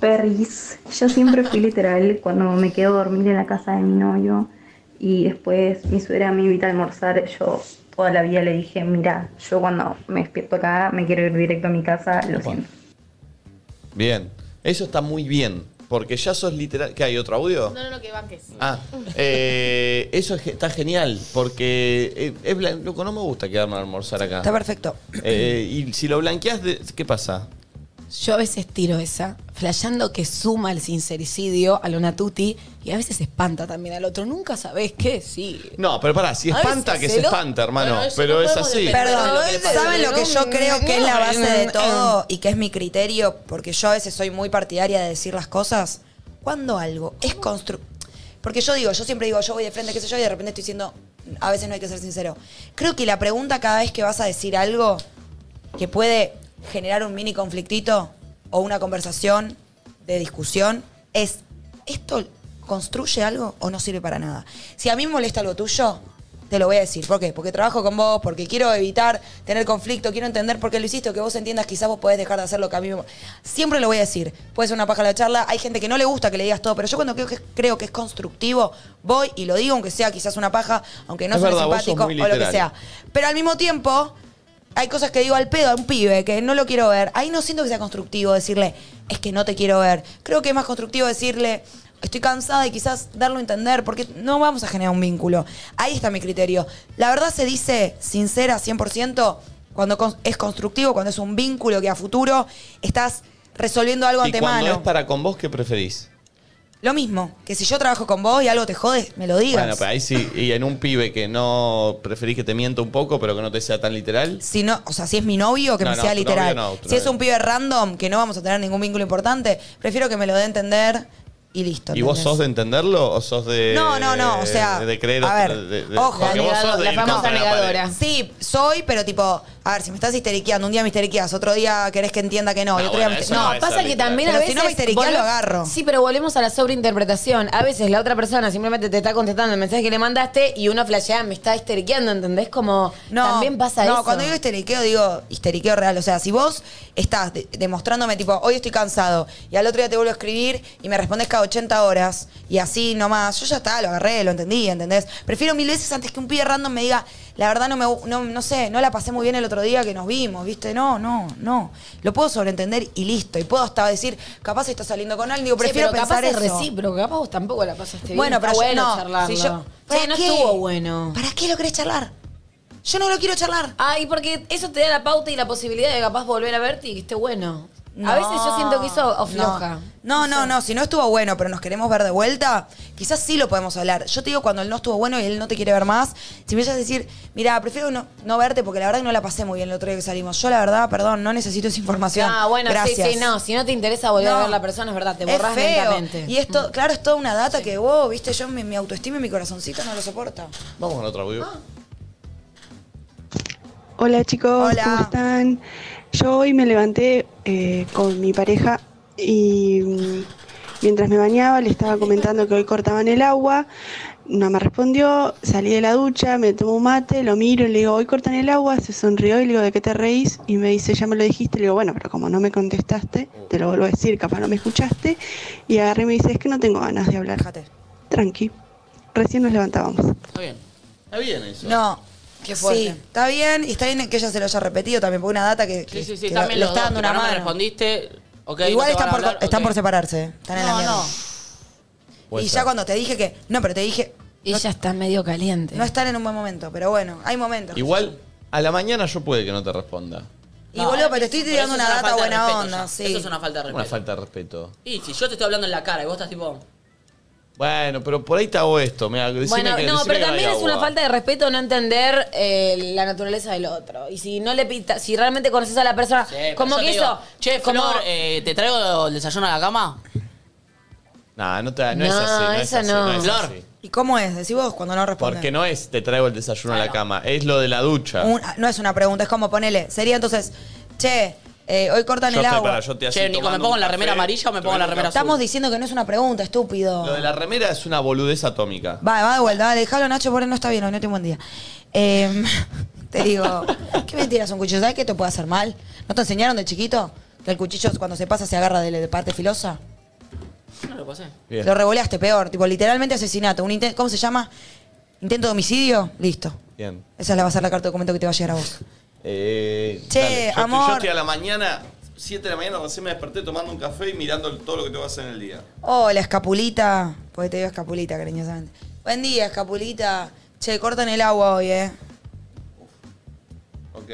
H: Perris, yo siempre fui literal cuando me quedo dormida en la casa de mi novio y después mi suegra me invita a almorzar, yo toda la vida le dije, mira, yo cuando me despierto acá me quiero ir directo a mi casa, lo siento.
A: Bien. Eso está muy bien. Porque ya sos literal. ¿Qué hay otro audio?
E: No, no, no, que banques.
A: Ah, eh, eso es ge- está genial. Porque eh, es blan- loco, no me gusta quedarme a almorzar acá.
B: Está perfecto.
A: Eh, y si lo blanqueas, ¿qué pasa?
C: Yo a veces tiro esa, flasheando que suma el sincericidio a lo natuti y a veces espanta también al otro. Nunca sabés qué, sí.
A: No, pero pará, si
C: A
A: espanta,
C: veces
A: que
C: se
A: se
C: lo-
A: espanta, hermano.
D: Bueno, eso
A: pero
D: no
A: es
D: podemos
A: así.
D: defender.
B: Perdón,
D: Lo que le pasa,
B: ¿saben lo que
C: no?
B: yo creo que es la
C: No,
B: base
C: no,
B: de
C: no.
B: todo y que es mi criterio? Porque yo a veces soy muy partidaria de decir las cosas. Cuando algo es constru... Porque yo digo, yo siempre digo, yo voy de frente, qué sé yo, y de repente estoy diciendo, a veces no hay que ser sincero. Creo que la pregunta cada vez que vas a decir algo que puede generar un mini conflictito o una conversación de discusión es, ¿esto construye algo o no sirve para nada? Si a mí me molesta lo tuyo, te lo voy a decir. ¿Por qué? Porque trabajo con vos, porque quiero evitar tener conflicto, quiero entender por qué lo hiciste, o que vos entiendas, quizás vos podés dejar de hacer lo que a mí me... Siempre lo voy a decir. Puede ser una paja la charla, hay gente que no le gusta que le digas todo, pero yo cuando creo que, creo que es constructivo, voy y lo digo, aunque sea quizás una paja, aunque no
A: Es
B: sea
A: verdad, vos sos
B: simpático o
A: muy
B: lo que
A: literal.
B: sea. Pero al mismo tiempo, hay cosas que digo al pedo a un pibe que no lo quiero ver. Ahí no siento que sea constructivo decirle, es que no te quiero ver. Creo que es más constructivo decirle, estoy cansada y quizás darlo a entender, porque no vamos a generar un vínculo. Ahí está mi criterio. La verdad se dice sincera 100% cuando cons- es constructivo, cuando es un vínculo que a futuro estás resolviendo algo
A: Y cuando es
B: antemano.
A: para con vos, ¿qué preferís?
B: Lo mismo, que si yo trabajo con vos y algo te jode, me lo digas.
A: Bueno, pero ahí sí. Y en un pibe que no preferís que te mienta un poco, pero que no te sea tan literal.
B: Si no, o sea, si es mi novio, que
A: No,
B: me
A: no,
B: sea
A: tu
B: literal.
A: novio no, tu
B: si es
A: novio.
B: un pibe random, que no vamos a tener ningún vínculo importante, prefiero que me lo dé a entender y listo.
A: ¿Y vos
B: ¿entendés?
A: sos de entenderlo o sos de.
B: No, no, no, o sea,
A: De creer.
B: a ver,
A: de- de-
B: ojo.
A: porque
B: La
A: vos
C: negado-
A: sos de
C: la
A: ir
C: famosa
A: contra la pared.
C: negadora.
B: Sí, soy, pero tipo, a ver, si me estás histeriqueando, un día me histeriqueas, otro día querés que entienda que no, y
A: No,
B: otro día
A: Ah, bueno,
B: me
A: eso
B: No,
A: es
C: pasa
A: ser
C: que
A: literal.
C: también a
B: Pero si
C: veces.
B: no me histeriquea, lo agarro.
C: Sí, pero volvemos a la sobreinterpretación. A veces la otra persona simplemente te está contestando el mensaje que le mandaste y uno flashea, me está histeriqueando, ¿entendés? Como.
B: No,
C: también pasa
B: no,
C: eso.
B: cuando digo histeriqueo, digo histeriqueo real. O sea, si vos estás de- demostrándome, tipo, hoy estoy cansado y al otro día te vuelvo a escribir y me respondes cada 80 horas y así nomás, yo ya está, lo agarré, lo entendí, ¿entendés? Prefiero mil veces antes que un pibe random me diga, la verdad no me gu- no, no sé, no la pasé muy bien el otro día que nos vimos, ¿viste? No, no, no. Lo puedo sobreentender y listo. Y puedo hasta decir, capaz estás saliendo con alguien, digo,
C: Che,
B: prefiero
C: pero
B: pensar
C: capaz es
B: eso.
C: recíproco, capaz vos tampoco la pasaste bien.
B: Bueno,
C: Está
B: pero yo-
C: bueno
B: no,
C: charlarlo.
B: si yo-
C: Che,
B: ¿para
C: no
B: qué?
C: estuvo bueno.
B: ¿Para qué lo querés charlar? Yo no lo quiero charlar.
C: Ay, Ah, porque eso te da la pauta y la posibilidad de capaz volver a verte y que esté bueno. A veces yo siento que eso afloja.
B: No, no, no, no, si no estuvo bueno, pero nos queremos ver de vuelta, quizás sí lo podemos hablar. Yo te digo cuando él no estuvo bueno y él no te quiere ver más, si me vayas a decir, mira, prefiero no, no verte porque la verdad que no la pasé muy bien el otro día que salimos. Yo la verdad, perdón, no necesito esa información.
C: Ah, bueno,
B: Gracias.
C: sí, sí, no. Si no te interesa volver
B: No.
C: a ver la persona, es verdad, te
B: Es
C: borrás Mm.
B: feo.
C: lentamente.
B: Y esto, claro, es toda una data que vos, viste, yo mi, mi autoestima y mi corazoncito no lo soporta.
A: Vamos con otra, Wiu.
B: Ah.
J: Hola chicos,
B: Hola.
J: ¿cómo están? Yo hoy me levanté eh, con mi pareja y mm, mientras me bañaba le estaba comentando que hoy cortaban el agua, no me respondió, salí de la ducha, me tomo un mate, lo miro y le digo, hoy cortan el agua, se sonrió y le digo, ¿de qué te reís? Y me dice, ya me lo dijiste, le digo, bueno, pero como no me contestaste, te lo vuelvo a decir, capaz no me escuchaste, y agarré y me dice, es que no tengo ganas de hablar,
B: Fíjate.
J: tranqui, recién nos levantábamos.
D: Está bien.
A: Está bien eso.
B: No.
C: Qué fuerte.
B: Sí, está bien, y está bien que ella se lo haya repetido también, porque una data que,
D: Sí,
B: que-
D: sí, sí.
B: que
D: También
B: le
D: los
B: está
D: dos,
B: dando
D: tipo,
B: una
D: no me
B: mano.
D: respondiste. ok,
B: Igual
D: no te
B: están,
D: van a
B: por,
D: hablar,
B: están
D: ok.
B: por separarse. eh. Están en la
D: No,
B: mierda.
D: no.
A: Puede
B: y
A: ser.
B: ya cuando te dije que. No, pero te dije. No,
C: Ella está medio caliente.
B: no están en un buen momento, pero bueno, hay momentos.
A: Igual, a la mañana yo puede que no te responda.
B: Y boludo, pero te estoy
D: eso
B: tirando
D: es
B: una data
D: falta de
B: buena
D: respeto
B: onda,
D: ya.
B: sí.
D: Eso es una falta de respeto.
A: Una falta de respeto.
D: Y si yo te estoy hablando en la cara y vos estás tipo.
A: Bueno, pero por ahí te hago esto. Mira, decime
C: Bueno,
A: que,
C: no,
A: decime
C: pero
A: que
C: también
A: hay
C: es una
A: agua.
C: falta de respeto no entender eh, la naturaleza del otro. Y si no le pita, si realmente conoces a la persona,
D: "Sí, pero
C: como
D: yo
C: que
D: te digo,
C: eso.
D: Che,
C: como-
D: Flor, eh, ¿te traigo el desayuno a la cama?
A: Nah, no, te, no, es
C: No,
A: así. No es
C: eso
A: así,
C: no.
A: es
D: Flor.
A: así.
B: ¿Y cómo es? Decís vos cuando no responde.
A: Porque no es te traigo el desayuno a la cama, es lo de la ducha.
B: Un- no es una pregunta, es como ponele. Sería entonces, che, eh, hoy cortan
A: Yo
B: el
A: estoy
B: agua.
A: para, yo te así
D: Che, Nico,
A: tomando
D: ¿me pongo
A: un
D: la
A: café,
D: remera amarilla o me
A: te
D: pongo la
A: veo
D: remera azul?
B: Estamos diciendo que no es una pregunta, estúpido.
A: Lo de la remera es una boludez atómica.
B: Va, va de vuelta, dale, déjalo, Nacho, por no está bien, hoy no tiene buen día. Em, te digo, ¿qué mentiras un cuchillo? ¿Sabes que te puede hacer mal? ¿No te enseñaron de chiquito que el cuchillo cuando se pasa se agarra de, de parte filosa?
D: No lo pasé.
A: Bien.
B: Lo revoleaste peor, tipo literalmente asesinato. Un inten- ¿Cómo se llama? ¿Intento de homicidio? Listo.
A: Bien.
B: Esa la va a ser la carta de documento que te va a llegar a vos.
A: Eh,
B: Che,
A: dale, yo estoy-
B: amor.
A: yo estoy a la mañana, 7 de la mañana recién me desperté tomando un café y mirando todo lo que te vas a hacer en el día.
B: Oh, la escapulita. Porque te digo escapulita, cariñosamente. Buen día, escapulita. Che, cortan el agua hoy, eh.
A: Ok.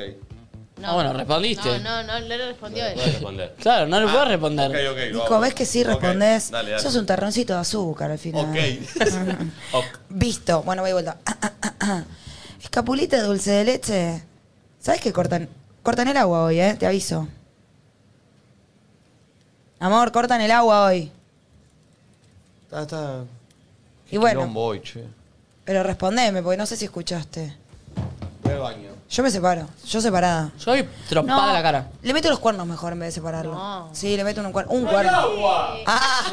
E: No.
D: Ah, bueno, respondiste.
E: No, no, no, no le respondió él.
K: Puedes responder.
D: Claro, no le
B: Ah.
D: puedes responder.
K: Ok, ok, lo
B: Nico,
K: hago.
B: ves que sí
K: Ok,
B: respondés.
K: Dale, dale.
B: Sos un terroncito de azúcar al final.
K: Ok. Ok.
B: Visto. Bueno, voy de vuelta. Escapulita de dulce de leche. ¿Sabes que cortan? Cortan el agua hoy, ¿eh? Te aviso. Amor, cortan el agua hoy.
A: Está, está.
B: Y bueno.
A: quilombo hoy, che.
B: Pero respondeme, porque no sé si escuchaste.
A: Voy al baño.
B: Yo me separo. Yo separada.
D: Yo voy trompada
B: No.
D: la cara.
B: Le meto los cuernos mejor en vez de separarlo.
E: No.
B: Sí, le meto un, cuer- un cuerno. Ah.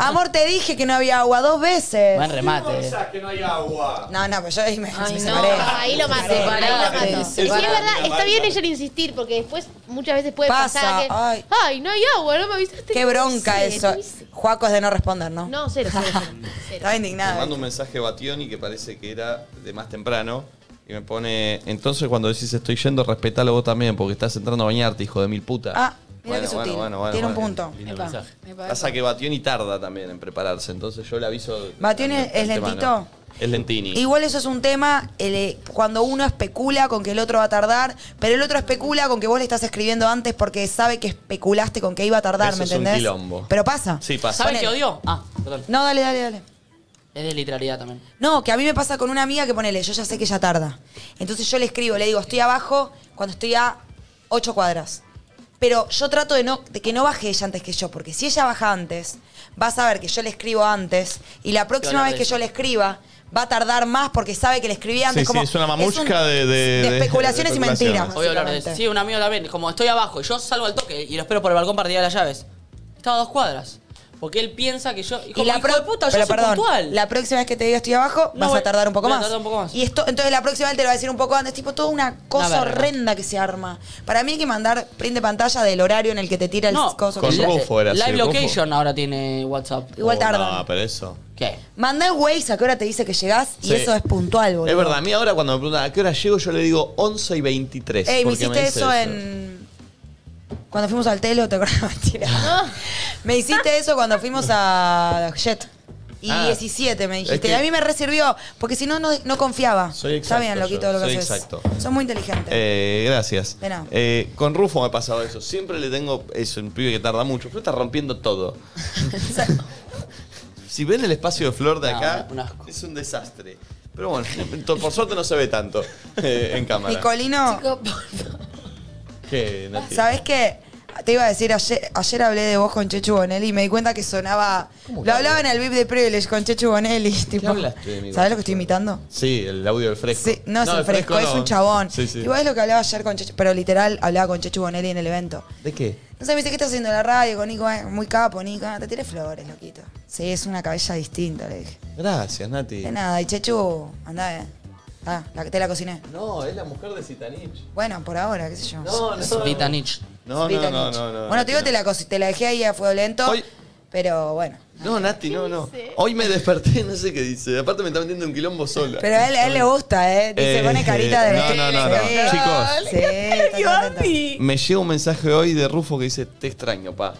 B: Amor, te dije que no había agua dos veces.
D: Buen remate. eh.
A: que no hay agua?
B: No, no, pero yo ahí me,
C: Ay,
B: me
C: no.
B: separé.
E: Ahí lo maté,
C: Separate,
E: ahí lo maté. Y sí, es
C: separate,
E: verdad, está
K: Marta.
E: bien ella insistir, porque después muchas veces puede
B: Pasa,
E: pasar que.
B: ay.
E: Ay. no hay agua, no me avisaste.
B: Qué
E: No
B: bronca
E: hice,
B: eso.
E: no hice.
B: Juaco es de no responder, ¿no?
E: No, cero, cero, cero, cero.
B: Estaba
A: Me
B: indignada.
A: manda un mensaje Bationi que parece que era de más temprano. Y me pone, entonces cuando decís estoy yendo, respetalo vos también, porque estás entrando a bañarte, hijo de mil puta.
B: Ah, mira qué sutil. Tiene un punto.
K: Lindo
C: Epa,
K: mensaje.
C: epa, epa.
A: Pasa que Bationi tarda también en prepararse, entonces yo le aviso.
B: ¿Bationi
A: de-
B: es
A: de antemano.
B: lentito?
A: Es lentini.
B: Igual eso es un tema el, eh, cuando uno especula con que el otro va a tardar, pero el otro especula con que vos le estás escribiendo antes porque sabe que especulaste con que iba a tardar,
A: Eso
B: ¿me
A: es un
B: entendés?
A: quilombo.
B: Pero pasa.
A: Sí, pasa.
D: ¿Saben
B: Ponele.
D: qué odio? Ah, perdón.
B: No, dale, dale, dale.
D: Es de literalidad también.
B: No, que a mí me pasa con una amiga que ponele, yo ya sé que ya tarda. Entonces yo le escribo, le digo, estoy abajo cuando estoy a ocho cuadras. Pero yo trato de, no, de que no baje ella antes que yo, porque si ella baja antes, va a saber que yo le escribo antes y la próxima
D: hablar
B: vez
D: de
B: que
D: eso.
B: yo le escriba va a tardar más porque sabe que le escribí antes.
K: Sí,
B: como,
K: sí, es una mamushka de- de- de-
B: especulaciones y
K: de especulaciones.
B: mentiras.
D: Voy a hablar de eso.
B: básicamente.
D: Sí, un amigo también. Como estoy abajo, yo salgo al toque y lo espero por el balcón para tirar las llaves. Estaba a dos cuadras. Porque él piensa que yo. Y, como, hijo
B: pro-
D: de puta, yo
B: pero
D: soy
B: perdón,
D: puntual.
B: La próxima vez que te diga estoy abajo,
D: No,
B: vas
D: voy-
B: a tardar un poco,
D: voy a
B: más.
D: tardar un poco más.
B: Y esto, entonces la próxima vez te lo va a decir un poco antes, tipo toda una cosa
D: verga.
B: horrenda que se arma. Para mí hay que mandar print de pantalla del horario en el que te tira el coso.
A: con
D: el-
A: Rufo era así,
D: Live
A: Rufo.
D: Location ahora tiene WhatsApp.
B: Igual
A: Oh,
B: tarda.
A: No, pero eso.
D: ¿Qué?
B: Mandá el Waze a qué hora te dice que llegás y
A: Sí.
B: eso es puntual, boludo.
A: Es verdad, a mí ahora cuando me preguntan a qué hora llego, yo le digo 11 y 23.
B: Ey, me
A: porque
B: hiciste
A: dice
B: eso en. Cuando fuimos al Telo, ¿te acuerdas? Mentira. Me hiciste eso cuando fuimos a Jet. Y
A: Ah.
B: 17 me dijiste.
A: Es que-
B: Y a mí me resirvió, porque si no, no, no confiaba.
A: Soy
B: Está
A: exacto
B: bien,
A: yo,
B: loquito, lo que
A: soy
B: haces.
A: exacto.
B: Son muy inteligentes.
A: Eh, gracias.
B: De nada.
A: Eh, con Rufo me ha pasado eso. Siempre le tengo. Es un pibe que tarda mucho. Pero está rompiendo todo. si ven el espacio de flor de
D: No,
A: acá,
D: un asco.
A: es un desastre. Pero bueno, to- por suerte no se ve tanto eh, en cámara.
B: Nicolino,
A: ¿Qué, Nati?
B: ¿sabés qué? Te iba a decir, ayer, ayer hablé de vos con Chechu Bonelli y me di cuenta que sonaba. Lo hablaba en el VIP de Privilege con Chechu Bonelli. Tipo,
A: hablaste de mí con
B: ¿Sabés lo
A: Chechu
B: que estoy imitando?
A: Sí, el audio del fresco.
B: Sí, no, es
A: el
B: un fresco, es
A: no.
B: un chabón.
A: Sí, sí.
B: Igual es lo que hablaba ayer con Chechu, pero literal hablaba con Chechu Bonelli en el evento.
A: ¿De qué?
B: No sé, me dice, ¿qué estás haciendo en la radio con Nico? Eh, Muy capo, Nico. Ah, Te tiré flores, loquito. Sí, es una cabella distinta, le dije.
A: Gracias, Nati.
B: De nada, y Chechu, andá, eh. Ah, la- te la cociné.
A: No, es la mujer de Citanich.
B: Bueno, por ahora, qué sé yo.
A: No, no.
D: Vita Nietzsche.
A: No, no,
B: Vitanich.
A: no, no, no.
B: Bueno, te digo,
A: Nati,
B: te la, coci- te la dejé ahí a fuego lento,
A: Hoy-
B: pero bueno.
A: No, Nati, no, no.
E: dice?
A: Hoy me desperté, no sé qué dice. Aparte me está metiendo un quilombo sola.
B: Pero a él, a él le gusta, ¿eh? Dice,
A: Eh,
B: pone carita de...
A: no, no, no, no.
B: Sí.
A: Chicos.
B: Sí, está contento.
A: Me llega un mensaje hoy de Rufo que dice, te extraño, pa.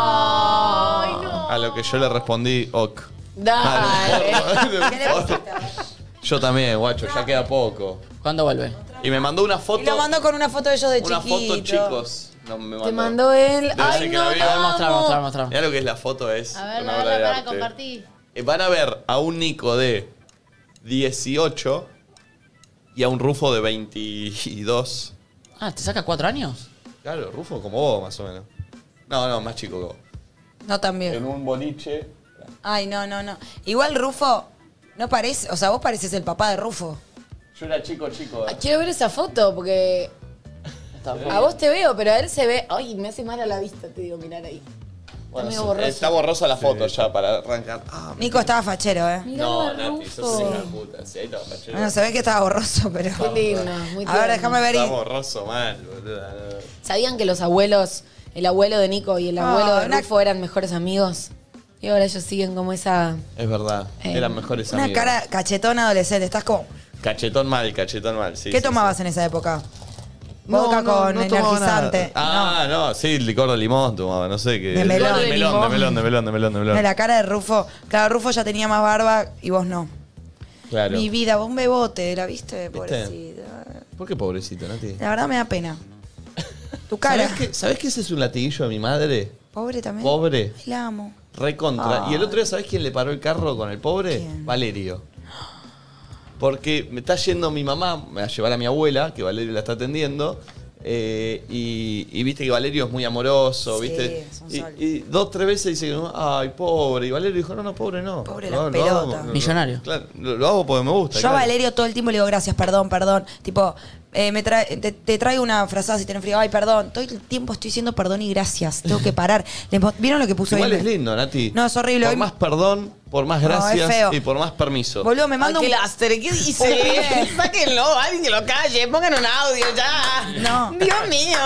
E: Ay, no.
A: A lo que yo le respondí, ok.
C: Dale.
A: Ah, no importa,
B: ¿Qué
A: no
B: Ah, le
A: importa. yo también, guacho, ya queda poco.
D: ¿Cuándo vuelve?
A: Y me mandó una
B: Y
A: foto.
B: lo mandó con una foto de ellos de
A: una
B: chiquitos.
A: foto, chicos. No, me mandó.
C: Te mandó él.
A: Debe ser
C: Ay,
A: que la
C: no,
A: vi.
C: te
A: A ver,
C: amo.
D: Mostrar, mostrar, mostrar.
A: Mirá lo que es la foto, es.
E: A ver,
A: una
E: a
A: obra de
E: ver, para
A: arte.
E: compartir.
A: Eh, Van a ver a un Nico de 18 y a un Rufo de 22.
D: Ah, ¿te saca cuatro años?
A: Claro, Rufo como vos, más o menos. No, no, más chico que vos.
B: No también.
A: En un boliche.
B: Ay, no, no, no. Igual Rufo no parece, o sea, vos pareces el papá de Rufo.
A: Yo era chico, chico. eh.
C: Ah, Quiero ver esa foto porque
D: Está bien.
B: Ah,
C: a vos te veo, pero a él se ve. Ay, me hace mal a la vista, te digo, mirar ahí.
A: Bueno,
C: medio
A: sí,
C: borroso.
A: Está borrosa la foto ya para arrancar. Ah,
B: Nico estaba fachero, ¿eh?
C: Mirá
A: no,
C: a
A: Nati, sos
C: Rufo.
A: una puta. Sí, ahí está, fachero.
B: Bueno, se ve que estaba borroso, pero.
C: Qué lindo, muy
B: A ver,
C: tierno.
B: déjame ver. y-
A: Está borroso mal, boludo.
C: ¿Sabían que los abuelos, el abuelo de Nico y el abuelo
B: Ah,
C: de
B: una-
C: Rufo eran mejores amigos? Y ahora ellos siguen como esa.
A: Es verdad,
C: Eh,
A: eran mejores
B: Una
A: amigos.
B: cara cachetón adolescente. Estás como.
A: Cachetón mal, cachetón mal, sí.
B: ¿Qué
A: sí,
B: tomabas
A: sí.
B: en esa época?
A: No,
B: Boca
A: no,
B: con
A: no tomaba
B: energizante.
A: nada. Ah, no. sí, licor de limón tomaba, no sé qué.
B: De melón.
A: De melón, de melón, de melón, de melón. De
B: No,
A: melón.
B: la cara de Rufo. Claro, Rufo ya tenía más barba y vos no.
A: Claro.
B: Mi vida, vos un bebote, ¿la viste?
A: ¿Viste?
B: Pobrecita.
A: ¿Por qué pobrecita, Nati?
B: La verdad me da pena. Tu cara.
A: ¿Sabés que, ¿Sabés que ese es un latiguillo de mi madre?
B: Pobre también.
A: Pobre.
B: Ay, La amo.
A: Recontra.
B: Ah.
A: Y el otro día, ¿sabés quién le paró el carro con el pobre? Valerio. Porque me está yendo mi mamá me va a llevar a mi abuela, que Valerio la está atendiendo. eh, y, y viste que Valerio es muy amoroso,
B: Sí,
A: ¿viste?
B: es un
A: Y,
B: sol.
A: y dos, tres veces dice, ay, pobre. Y Valerio dijo, no, no, pobre no. Pobre
B: las pelotas.
D: Millonario.
A: Claro, lo, lo hago porque me gusta.
B: Yo
A: claro.
B: a Valerio todo el tiempo le digo gracias, perdón, perdón. Tipo, eh, me tra- te, te traigo una frazada si tenés frío. Ay, perdón. Todo el tiempo estoy diciendo perdón y gracias. Tengo que parar. Les mo- ¿Vieron lo que puso
A: Igual
B: hoy?
A: es lindo, Nati.
B: No, es horrible.
A: Por
B: Hoy-
A: más perdón, por más
B: No, es
A: gracias
B: feo.
A: y por más permiso.
B: Boludo, me manda
C: Ay,
B: un...
C: qué lastre, ¿qué
B: Un
C: dice?
B: pibe.
C: Sáquenlo, alguien que lo calle, pongan un audio ya.
B: No.
C: Dios mío.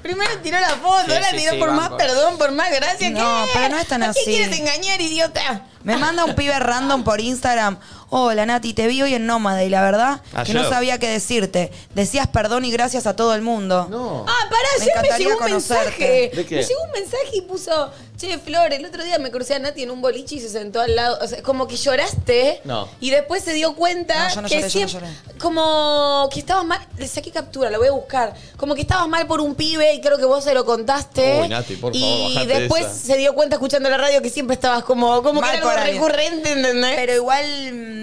C: Primero tiró la foto,
B: Sí,
C: ahora
B: sí,
C: tiró
B: sí,
C: por
B: banco.
C: más perdón, por más gracia.
B: No,
C: ¿qué?
B: pero no es tan
C: ¿A
B: así.
C: ¿Qué quieres engañar, idiota?
B: Me manda un pibe random por Instagram. Hola Nati, te vi hoy en Nómada y la verdad
A: Ah,
B: que no
C: Ayer.
B: sabía qué decirte. Decías perdón y gracias a todo el mundo.
A: Oh.
B: No.
C: Ah, pará,
B: Me
C: ayer me
B: encantaría
C: llegó un
B: conocerte.
C: mensaje.
B: ¿De qué?
C: Me llegó un mensaje y puso, che, Flor, el otro día me crucé a Nati en un boliche y se sentó al lado. O sea, como que lloraste.
A: No.
C: Y después se dio cuenta
B: No, yo no
C: que
B: lloré, yo no
C: siempre-
B: lloré.
C: como que estabas mal. Le saqué captura, lo voy a buscar. Como que estabas mal por un pibe y creo que vos se lo contaste.
A: Uy, Nati, por
C: y
A: favor, bajate
C: después
A: esa.
C: se dio cuenta escuchando la radio que siempre estabas como, como que
B: Mal
C: era algo
B: por alguien.
C: recurrente, ¿entendés?
B: Pero igual.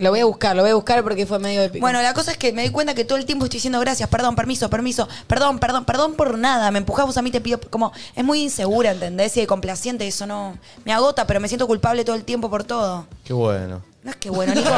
C: Lo voy a buscar, lo voy a buscar porque fue medio épico.
B: Bueno, la cosa es que me di cuenta que todo el tiempo estoy diciendo gracias, perdón, permiso, permiso, perdón, perdón, perdón por nada. Me empujás vos a mí, te pido. Como, es muy insegura, ¿entendés? Y de complaciente, eso no. Me agota, pero me siento culpable todo el tiempo por todo.
A: Qué bueno.
B: No es que bueno, Nico.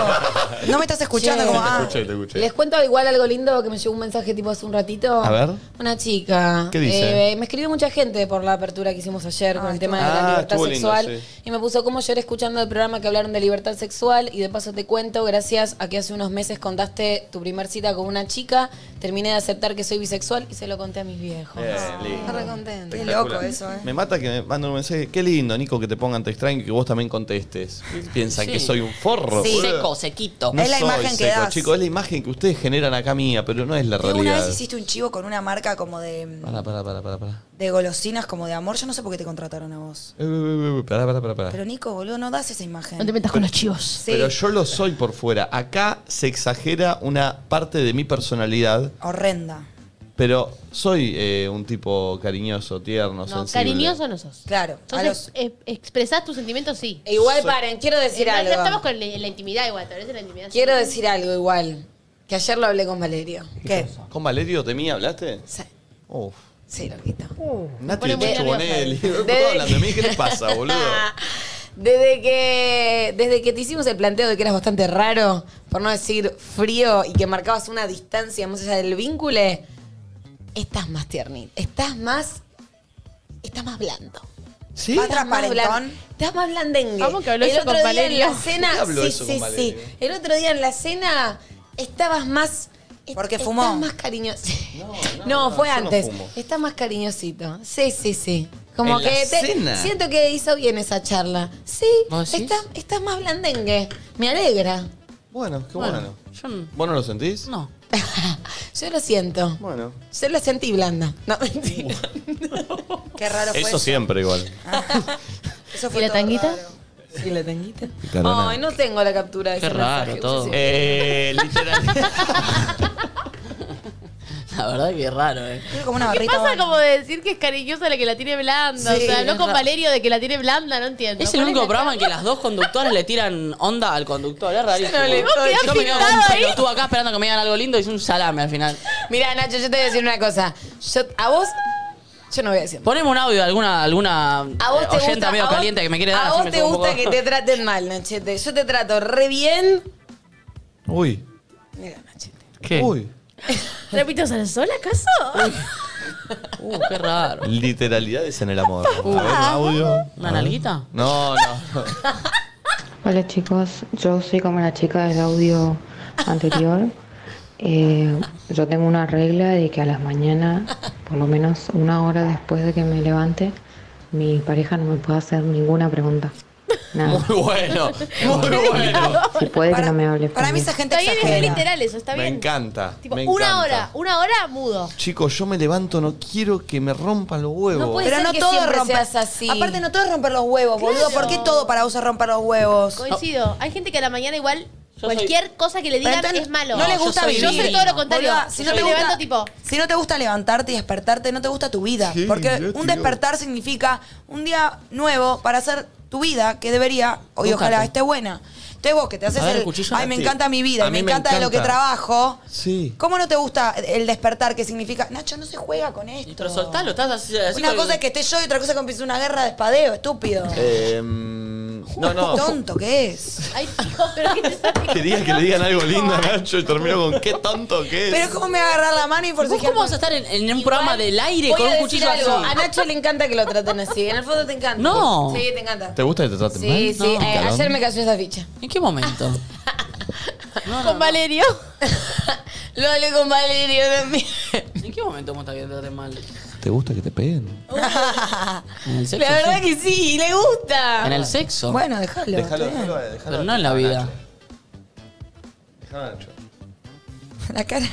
B: no me estás escuchando
C: Che.
B: como.
A: Te
B: Ah,
A: escuché, te escuché.
C: Les cuento igual algo lindo que me llegó un mensaje tipo hace un ratito.
A: A ver.
C: Una chica.
A: ¿Qué dice?
C: eh, me escribió mucha gente por la apertura que hicimos ayer con el tema de
A: Ah,
C: la libertad
A: estuvo lindo,
C: sexual.
A: sí.
C: Y me puso cómo lloré escuchando el programa que hablaron de libertad sexual. Y de paso te cuento, gracias a que hace unos meses contaste tu primer cita con una chica, terminé de aceptar que soy bisexual y se lo conté a mis viejos.
A: Bien, lindo.
C: Está re contenta.
A: Espectacular.
B: eh.
A: Me mata que me manden un mensaje. Qué lindo, Nico, que te pongan te extraño y que vos también contestes. Piensan
D: Sí.
A: que soy un forro.
D: Sí.
A: boludo.
D: Seco, sequito.
A: No
B: Es la
A: soy
B: imagen que
A: seco,
B: das.
A: chicos. Es la imagen que ustedes generan acá mía, pero no es la
B: Digo, una
A: realidad.
B: vez hiciste un chivo con una marca como de,
A: Pará, pará, pará, pará, pará.
B: de golosinas, como de amor. Yo no sé por qué te contrataron a vos.
A: Eh, eh, eh, Pará, pará, pará, pará.
B: Pero Nico, boludo, no das esa imagen.
E: No te metas con los chivos.
B: Sí.
A: Pero yo lo soy por fuera. Acá se exagera una parte de mi personalidad,
B: Horrenda.
A: pero soy eh, un tipo cariñoso, tierno,
E: No,
A: sensible.
E: cariñoso no sos.
B: Claro. a
E: Entonces, expresás tus sentimientos, sí.
C: E Igual, paren, quiero decir
E: Eh, no-
C: algo.
E: No estamos con la, la intimidad igual, tal vez en la intimidad.
C: Quiero
E: sí.
C: decir algo igual. Que ayer lo hablé con Valerio.
B: ¿Qué?
A: ¿Con Valerio de mí hablaste?
C: Sí.
A: Uf.
C: Sí, loquito.
A: Nati de
C: pone muy
A: Checho
C: nerviosa.
A: Bonelli. ¿Por qué
C: Desde-
A: hablan de mí? ¿Qué les pasa, boludo?
C: Ah, Desde que, desde que te hicimos el planteo de que eras bastante raro, por no decir frío, y que marcabas una distancia más allá del vínculo, estás más tiernito. Estás más. Estás más blando.
A: ¿Sí?
B: ¿Más
C: Estás más
B: transparentón?
C: blan- Estás más blandengue.
E: Vamos que habló
C: el
E: eso
C: otro
E: con
C: día
E: Valerio.
C: en la cena.
A: ¿Por qué habló
C: sí,
A: eso con
C: sí, sí.
A: Valerio?
C: El otro día en la cena estabas más.
B: Porque
C: estás
B: fumó.
C: más cariñoso. No,
A: no,
C: fue
A: yo no
C: antes.
A: fumo.
C: Estás más cariñosito. Sí, sí, sí. Como
A: ¿En
C: que
A: la
C: te-
A: cena?
C: siento que hizo bien esa charla. Sí,
D: ¿Vos decís?
C: estás, estás más blandengue. Me alegra.
A: Bueno, qué bueno.
D: Bueno, yo no.
A: ¿Vos no lo sentís?
D: no.
C: Yo lo siento.
A: Bueno.
C: Yo la sentí blanda. No, mentira.
B: Qué raro fue.
A: Eso siempre igual.
B: Eso
E: ¿Y la
B: todo
E: tanguita?
B: raro.
C: ¿Y la tanguita?
A: Carona.
C: Ay, no tengo la captura de
D: Qué
C: ese
D: raro
C: mensaje.
D: todo.
A: Eh, literal.
D: La verdad que es raro, eh.
B: Tiene como una
E: ¿Qué
B: barrita.
E: pasa
B: banda.
E: como de decir que es cariñosa la que la tiene blanda?
B: Sí,
E: o sea, habló
D: es
E: con
D: ra-
E: Valerio de que la tiene blanda, no entiendo.
D: Es el
E: ¿Cuál
D: único
E: la-
D: programa en que las dos conductoras le tiran onda al conductor, es rarísimo.
C: le- Vos quedás
D: Yo me quedo con un
E: pintado ahí.
D: pelotudo acá esperando que me digan algo lindo y es un salame al final.
C: Mira, Nacho, yo te voy a decir una cosa. Yo, a vos, yo no voy a decir. nada.
D: Poneme un audio de alguna, alguna
C: A vos
D: eh, oyenta
C: te gusta,
D: medio
C: a vos-
D: caliente que me quiere dar.
C: A
D: así
C: vos
D: me
C: te
D: subo un
C: gusta
D: poco.
C: que te traten mal, Nachete. Yo te trato re bien.
A: Uy.
C: Mira, Nachete.
D: ¿Qué?
A: Uy.
E: ¿Trapitos al sol acaso?
D: Uh, qué raro.
A: Literalidades en el amor. A ver, audio.
D: ¿Una nalguita?
A: No, no.
F: Hola chicos, yo soy como la chica del audio anterior. Eh, yo tengo una regla de que a las mañanas, por lo menos una hora después de que me levante, mi pareja no me puede hacer ninguna pregunta. Nada.
A: Muy bueno. Muy bueno.
F: Si puede que
B: Para-
F: no me hable.
B: Para mí
F: también.
B: esa gente
E: Está bien, es muy
B: exagera.
E: literal eso, está
A: Me
E: bien.
A: encanta.
E: Tipo,
A: me
E: una
A: encanta.
E: hora, una hora mudo.
A: Chicos, yo me levanto, no quiero que me rompan los huevos.
C: No puede
B: Pero
C: ser
B: no
C: que
B: todo
C: siempre
B: rompe.
C: seas así.
B: Aparte, no todo es romper los huevos, boludo.
E: Claro.
B: ¿Por qué todo para vos es romper los huevos?
E: Coincido. Hay gente que a la mañana igual Cualquier cosa que le digan
B: Ah. Pero entonces,
E: es malo.
B: No le gusta
E: yo soy
B: vivir.
E: Yo soy todo lo contrario.
B: Boluda,
E: si no me levanto tipo,
B: si no te gusta levantarte y despertarte, no te gusta tu vida.
E: Sí,
B: porque
E: yo te
B: un
E: digo.
B: despertar significa un día nuevo para hacer tu vida que debería, hoy
A: Búscate.
B: ojalá esté buena. Entonces vos que te haces
A: A ver,
B: el,
A: el cuchillo.
B: ay, me
A: Sí.
B: encanta mi vida,
A: A
B: y me
A: mí me
B: encanta, de lo que
A: encanta.
B: trabajo.
A: Sí.
B: ¿Cómo no te gusta el despertar que significa, Nacho, no se juega con esto?
D: Pero soltalo, estás así. así
B: Una
D: con-
B: cosa es que esté yo y otra cosa es que empiece una guerra de espadeo, estúpido.
A: Eh, no, no.
B: Tonto que es.
E: Ay, pero qué te
A: Quería que le digan algo lindo a Nacho y termino con qué tonto que es.
B: Pero ¿cómo me va a agarrar la mano y
D: ¿Vos cómo vas a estar en, en un programa del aire
C: Voy
D: con
C: a
D: un
C: decir
D: cuchillo
C: algo.
D: así?
C: A Nacho le encanta que lo traten así. En el fondo te encanta.
D: No.
C: Sí, te encanta.
A: ¿Te gusta que te traten mal?
C: Sí, sí.
A: No.
C: Eh, ayer me cayó esa ficha.
D: ¿En qué momento?
C: Ah.
E: con Valerio.
C: Lo hablé con Valerio también.
D: ¿En qué momento vos estás viendo mal?
A: ¿Te gusta que te peguen? En el
C: La verdad que sí, le gusta.
D: En el sexo.
B: Bueno, déjalo.
A: Déjalo,
B: está bien.
A: déjalo, déjalo.
D: Pero no en la vida.
A: Déjalo a Nacho.
B: La cara.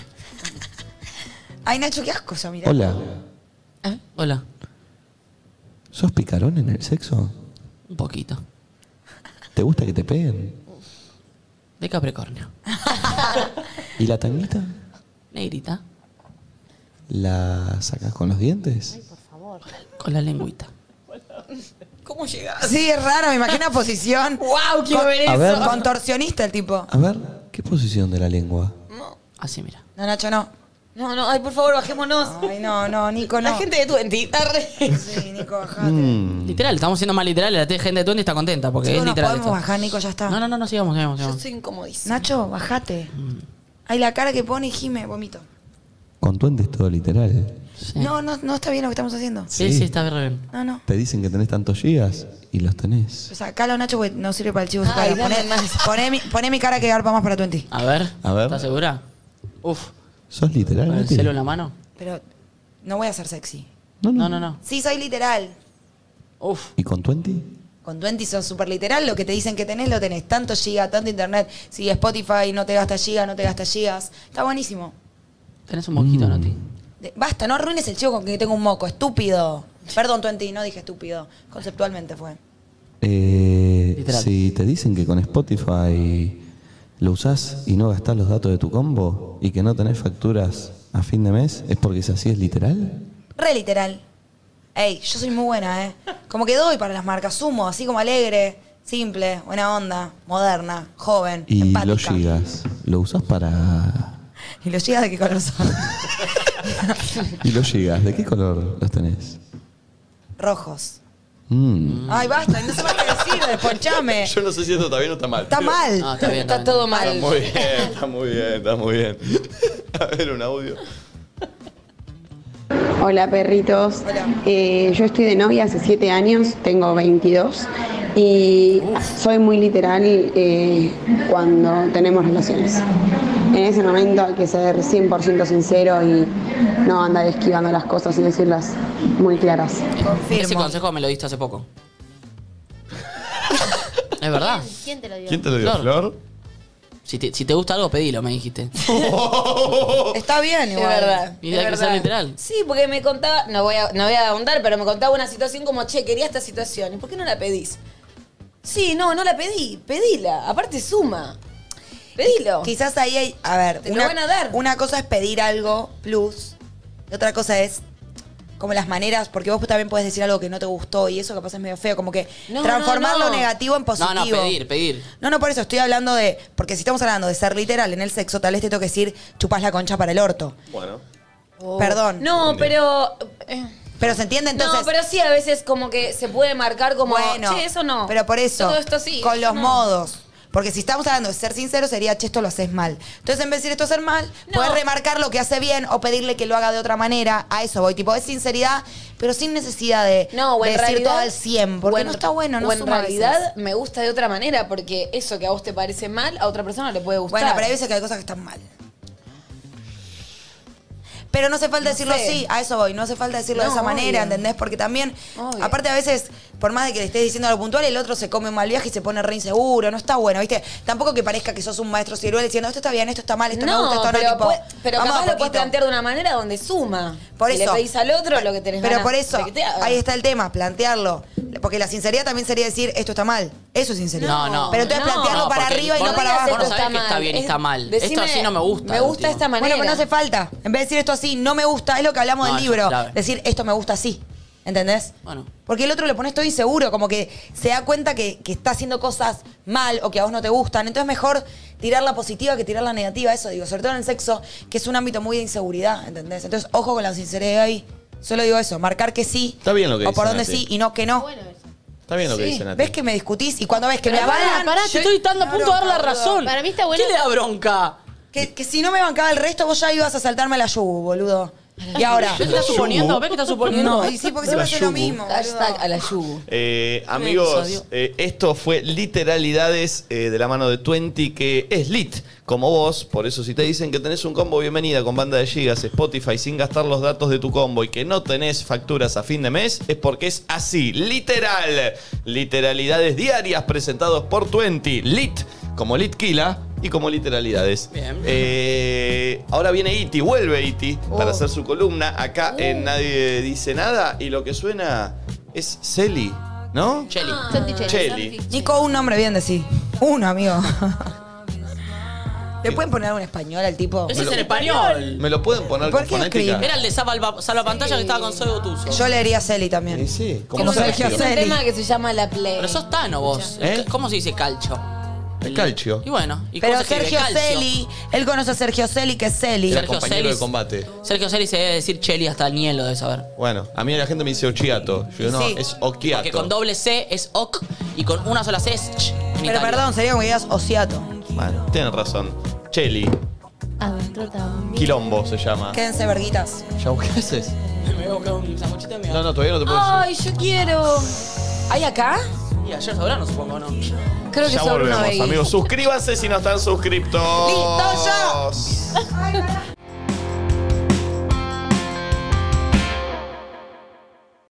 B: Ay, Nacho, qué asco esa mirada.
A: Hola.
D: Hola.
A: ¿Sos picarón en el sexo?
D: Un poquito.
A: ¿Te gusta que te peguen?
D: De Capricornio.
A: ¿Y la tanguita?
D: Negrita.
A: ¿La sacas con los dientes?
D: Con la lengüita.
C: ¿Cómo llegas?
B: Sí, es raro, me imagino posición.
C: ¡Wow! Quiero
B: Con-
C: ver
A: A ver.
C: eso.
B: Contorsionista el tipo.
A: A ver, ¿qué posición de la lengua?
D: Así, mira.
B: No, Nacho, no.
C: No, no, ay, por favor, bajémonos.
B: Ay, no, no, Nico, no.
C: La gente de tu
B: Sí,
A: Mm,
B: Nico, bajá.
D: Literal, estamos siendo más literal. La gente de Twenty está contenta porque
B: Chicos,
D: es
B: nos
D: literal.
B: podemos
D: esto.
B: bajar, Nico, ya está.
D: No, no, no, no, sigamos, sigamos,
C: Yo
D: sigamos.
C: estoy incomodísima.
B: Nacho, bajate.
A: Mm.
B: Ay, la cara que pone Jime, vomito.
A: Con tuentes todo literal. ¿eh?
B: No, no, no está bien lo que estamos haciendo.
D: Sí, sí, está re bien.
B: No, no.
A: Te dicen que tenés tantos gigas y los tenés.
B: Pues sacalo, Nacho, porque no sirve para el chivo.
C: Ay,
B: sacalo.
C: dame
B: Poné, poné mi, poné mi cara que garpa más para 20.
D: A ver.
A: A ver.
D: ¿Estás segura? Uf.
A: ¿Sos literal?
D: ¿Con el
A: Nati?
D: celo en la mano?
B: Pero no voy a ser sexy.
D: No, no, no.
B: Sí, soy literal.
D: Uf.
A: ¿Y con tuenti?
B: Con Twenty sos súper literal, lo que te dicen que tenés lo tenés. Tanto giga, tanto internet. Si Spotify no te gasta giga, no te gasta gigas. Está buenísimo.
D: Tenés un
A: Mm.
D: mosquito, Nati.
B: De- basta, no arruines el chico con que tengo un moco, estúpido. Perdón, Twenty, no dije estúpido. Conceptualmente fue.
A: Eh,
D: Literal.
A: si te dicen que con Spotify lo usás y no gastás los datos de tu combo y que no tenés facturas a fin de mes, ¿es porque es así, es literal?
B: Re literal. Ey, yo soy muy buena, ¿eh? Como que doy para las marcas, sumo, así como alegre, simple, buena onda, moderna, joven,
A: Y
B: empática.
A: los gigas, ¿lo usás para...?
B: ¿Y los gigas de qué color son?
A: ¿Y los gigas, de qué color los tenés?
B: Rojos.
A: Mm.
B: Ay, basta, no se basta decir, desponchame.
A: no sé si esto está bien o está mal.
B: Está mal.
D: No, está bien.
C: Está
D: bien.
C: todo mal.
A: Muy bien, está muy bien, está muy bien. A ver, un audio.
L: Hola perritos, Eh, yo estoy de novia hace 7 años, tengo 22 y soy muy literal eh, cuando tenemos relaciones. En ese momento hay que ser 100% sincero y no andar esquivando las cosas y decirlas muy claras.
C: Ah,
D: Ese
B: Confirmo.
D: consejo me lo diste hace poco. es verdad.
E: ¿Quién te lo dio?
A: ¿Quién te lo dio, Flor?
D: Si te, si te gusta algo, pedilo, me dijiste.
B: Está bien,
C: Es
B: igual.
C: verdad.
D: Y
C: es
D: hay que ser
C: verdad.
D: literal.
C: Sí, porque me contaba, no voy, a, no voy a ahondar, pero me contaba una situación como, che, quería esta situación. ¿Y por qué no la pedís? Sí, no, no la pedí. Pedíla. Aparte suma. Pedilo.
B: Quizás ahí hay. A ver,
C: Te lo van a dar.
B: una cosa es pedir algo, plus. Y otra cosa es como las maneras, porque vos también podés decir algo que no te gustó y eso capaz es medio feo, como que
C: No,
B: transformar
C: no, no.
B: lo negativo en positivo.
D: No, no, pedir, pedir.
B: No, no, por eso estoy hablando de. Porque si estamos hablando de ser literal en el sexo, tal vez te toque decir chupás la concha para el orto.
A: Bueno.
B: Perdón.
C: Oh. No, pero... eh,
B: Pero se entiende entonces.
C: no, pero sí, a veces como que se puede marcar como,
B: bueno.
C: che, eso no.
B: Pero por eso.
C: Todo esto sí.
B: Con
C: eso
B: los
C: no.
B: modos. Porque si estamos hablando de ser sincero, sería, che, esto lo haces mal. Entonces, en vez de decir esto hacer mal,
C: No.
B: podés remarcar lo que hace bien o pedirle que lo haga de otra manera. A eso voy. Tipo, es sinceridad, pero sin necesidad de,
C: No, o en
B: de decir
C: realidad,
B: todo al 100. Porque
C: o en-
B: no está bueno, no
C: o en
B: suma a veces.
C: realidad me gusta de otra manera, porque eso que a vos te parece mal, a otra persona le puede gustar.
B: Bueno, pero hay veces que hay cosas que están mal. Pero no hace falta decirlo
C: sé.
B: así, a eso voy, no hace falta decirlo
C: No,
B: de esa manera,
C: obvio.
B: ¿entendés? Porque también,
C: Obvio.
B: aparte a veces, por más de que le estés diciendo algo puntual, el otro se come un mal viaje y se pone re inseguro, no está bueno, ¿viste? Tampoco que parezca que sos un maestro ciruel diciendo esto está bien, esto está mal, esto este me gusta, esto no,
C: pero,
B: tipo,
C: puede- pero
B: vamos
C: capaz
B: de
C: lo puedes
B: poquito.
C: plantear de una manera donde suma.
B: Por
C: Y le
B: eso.
C: pedís al otro lo que tenés
B: Pero
C: ganas
B: por eso,
C: de que te haga.
B: ahí está el tema, plantearlo. porque la sinceridad también sería decir, esto está mal. Eso es sinceridad.
D: No, no.
B: Pero entonces
D: No,
B: plantearlo para
D: porque
B: arriba y
D: vos
B: no para
D: digas
B: abajo.
D: esto Vos no sabés está que está mal. bien y está mal. Esto Decime, así no me gusta,
C: me gusta tipo. esta manera.
B: Bueno, pero no hace falta. En vez de decir esto así, no me gusta, es lo que hablamos
C: No,
B: del
C: eso es
B: libro.
C: clave.
B: Decir, esto me gusta así. ¿Entendés?
D: Bueno.
B: Porque el otro le pones todo inseguro, como que se da cuenta que, que está haciendo cosas mal o que a vos no te gustan. Entonces mejor tirar la positiva que tirar la negativa, eso digo, sobre todo en el sexo, que es un ámbito muy de inseguridad, ¿entendés? Entonces, ojo con la sinceridad ahí. Solo digo eso, marcar que sí.
A: Está bien lo que
B: O por
A: dice
B: dónde
A: Nati.
B: sí y no que no.
A: Está bien lo que
B: Sí.
A: dice Nati.
B: Ves que me discutís y cuando ves que
D: Pero
B: me
D: pará,
B: avalan.
D: pará, te estoy dando a punto de dar la
B: boludo.
D: razón. Para mí está bueno- ¿Qué le da bronca?
B: Que, que si no me bancaba el resto, vos ya ibas a saltarme la yugu, boludo. Y ahora.
D: ¿Qué te estás suponiendo? ¿Ves que estás suponiendo?
B: No, y sí, porque
A: A la
B: siempre hace
A: yugu.
B: lo mismo.
C: Hashtag a la yugo.
A: Eh, amigos,
C: Exodio.
A: eh, esto fue literalidades eh, de la mano de Twenty, que es lit, como vos. Por eso, si te dicen que tenés un combo bienvenida con banda de gigas, Spotify, sin gastar los datos de tu combo y que no tenés facturas a fin de mes, es porque es así, literal. Literalidades diarias presentados por Twenty, lit, como litquila y como literalidades.
D: Bien.
A: Eh, ahora viene Iti, vuelve Iti
B: Oh.
A: para hacer su columna.
B: Uh.
A: Acá en Nadie Dice Nada y lo que suena es Celi, ¿no?
D: Cheli.
A: Cheli.
B: Nico, un nombre bien de sí. Uno, amigo. ¿Le pueden poner un español al tipo?
D: Ese es en español.
A: ¿Me lo pueden poner
B: ¿Por
A: con
B: qué
A: fonética?
D: Era el de Salva, Salva Pantalla que estaba con Soy Botuso.
B: Yo leería Celi también.
A: Sí, sí,
B: como Sergio
C: Es un
B: Celi.
C: tema que se llama La Play.
D: Pero sos Tano vos.
A: ¿Eh?
D: ¿Cómo se dice calcho?
A: El calcio.
D: Y bueno, ¿y
B: Pero
D: cómo se escribe?
B: Sergio
D: Calcio.
B: Celi, él conoce a Sergio Celi, que es Celi.
A: Era
D: Sergio
A: compañero
D: Celis.
A: de combate.
D: Sergio Celis se debe decir Cheli hasta el niel, lo debe saber.
A: Bueno, a mí la gente me dice Ochiato. Yo no,
B: Sí.
A: es
D: Porque con
A: Okiato.
D: doble C es ok y con una sola C es ch. en
B: Pero
D: Italia.
B: perdón, sería como que digas Osiato.
A: Bueno, tienen razón. Cheli,
E: Adentro también.
A: Quilombo se llama.
B: Quédense, verguitas.
A: ¿Ya vos qué haces?
D: Me voy a buscar un samochito de mi
A: No, no, todavía no te puedo
B: Ah.
A: decir.
C: Ay, yo quiero. ¿Hay acá?
D: Y ayer sobraron, supongo, ¿no?
C: Creo que
A: Ya
C: sobra una
A: volvemos,
C: baby.
A: amigos. Suscríbanse si no están suscriptos.
B: ¡Listo,
A: ya!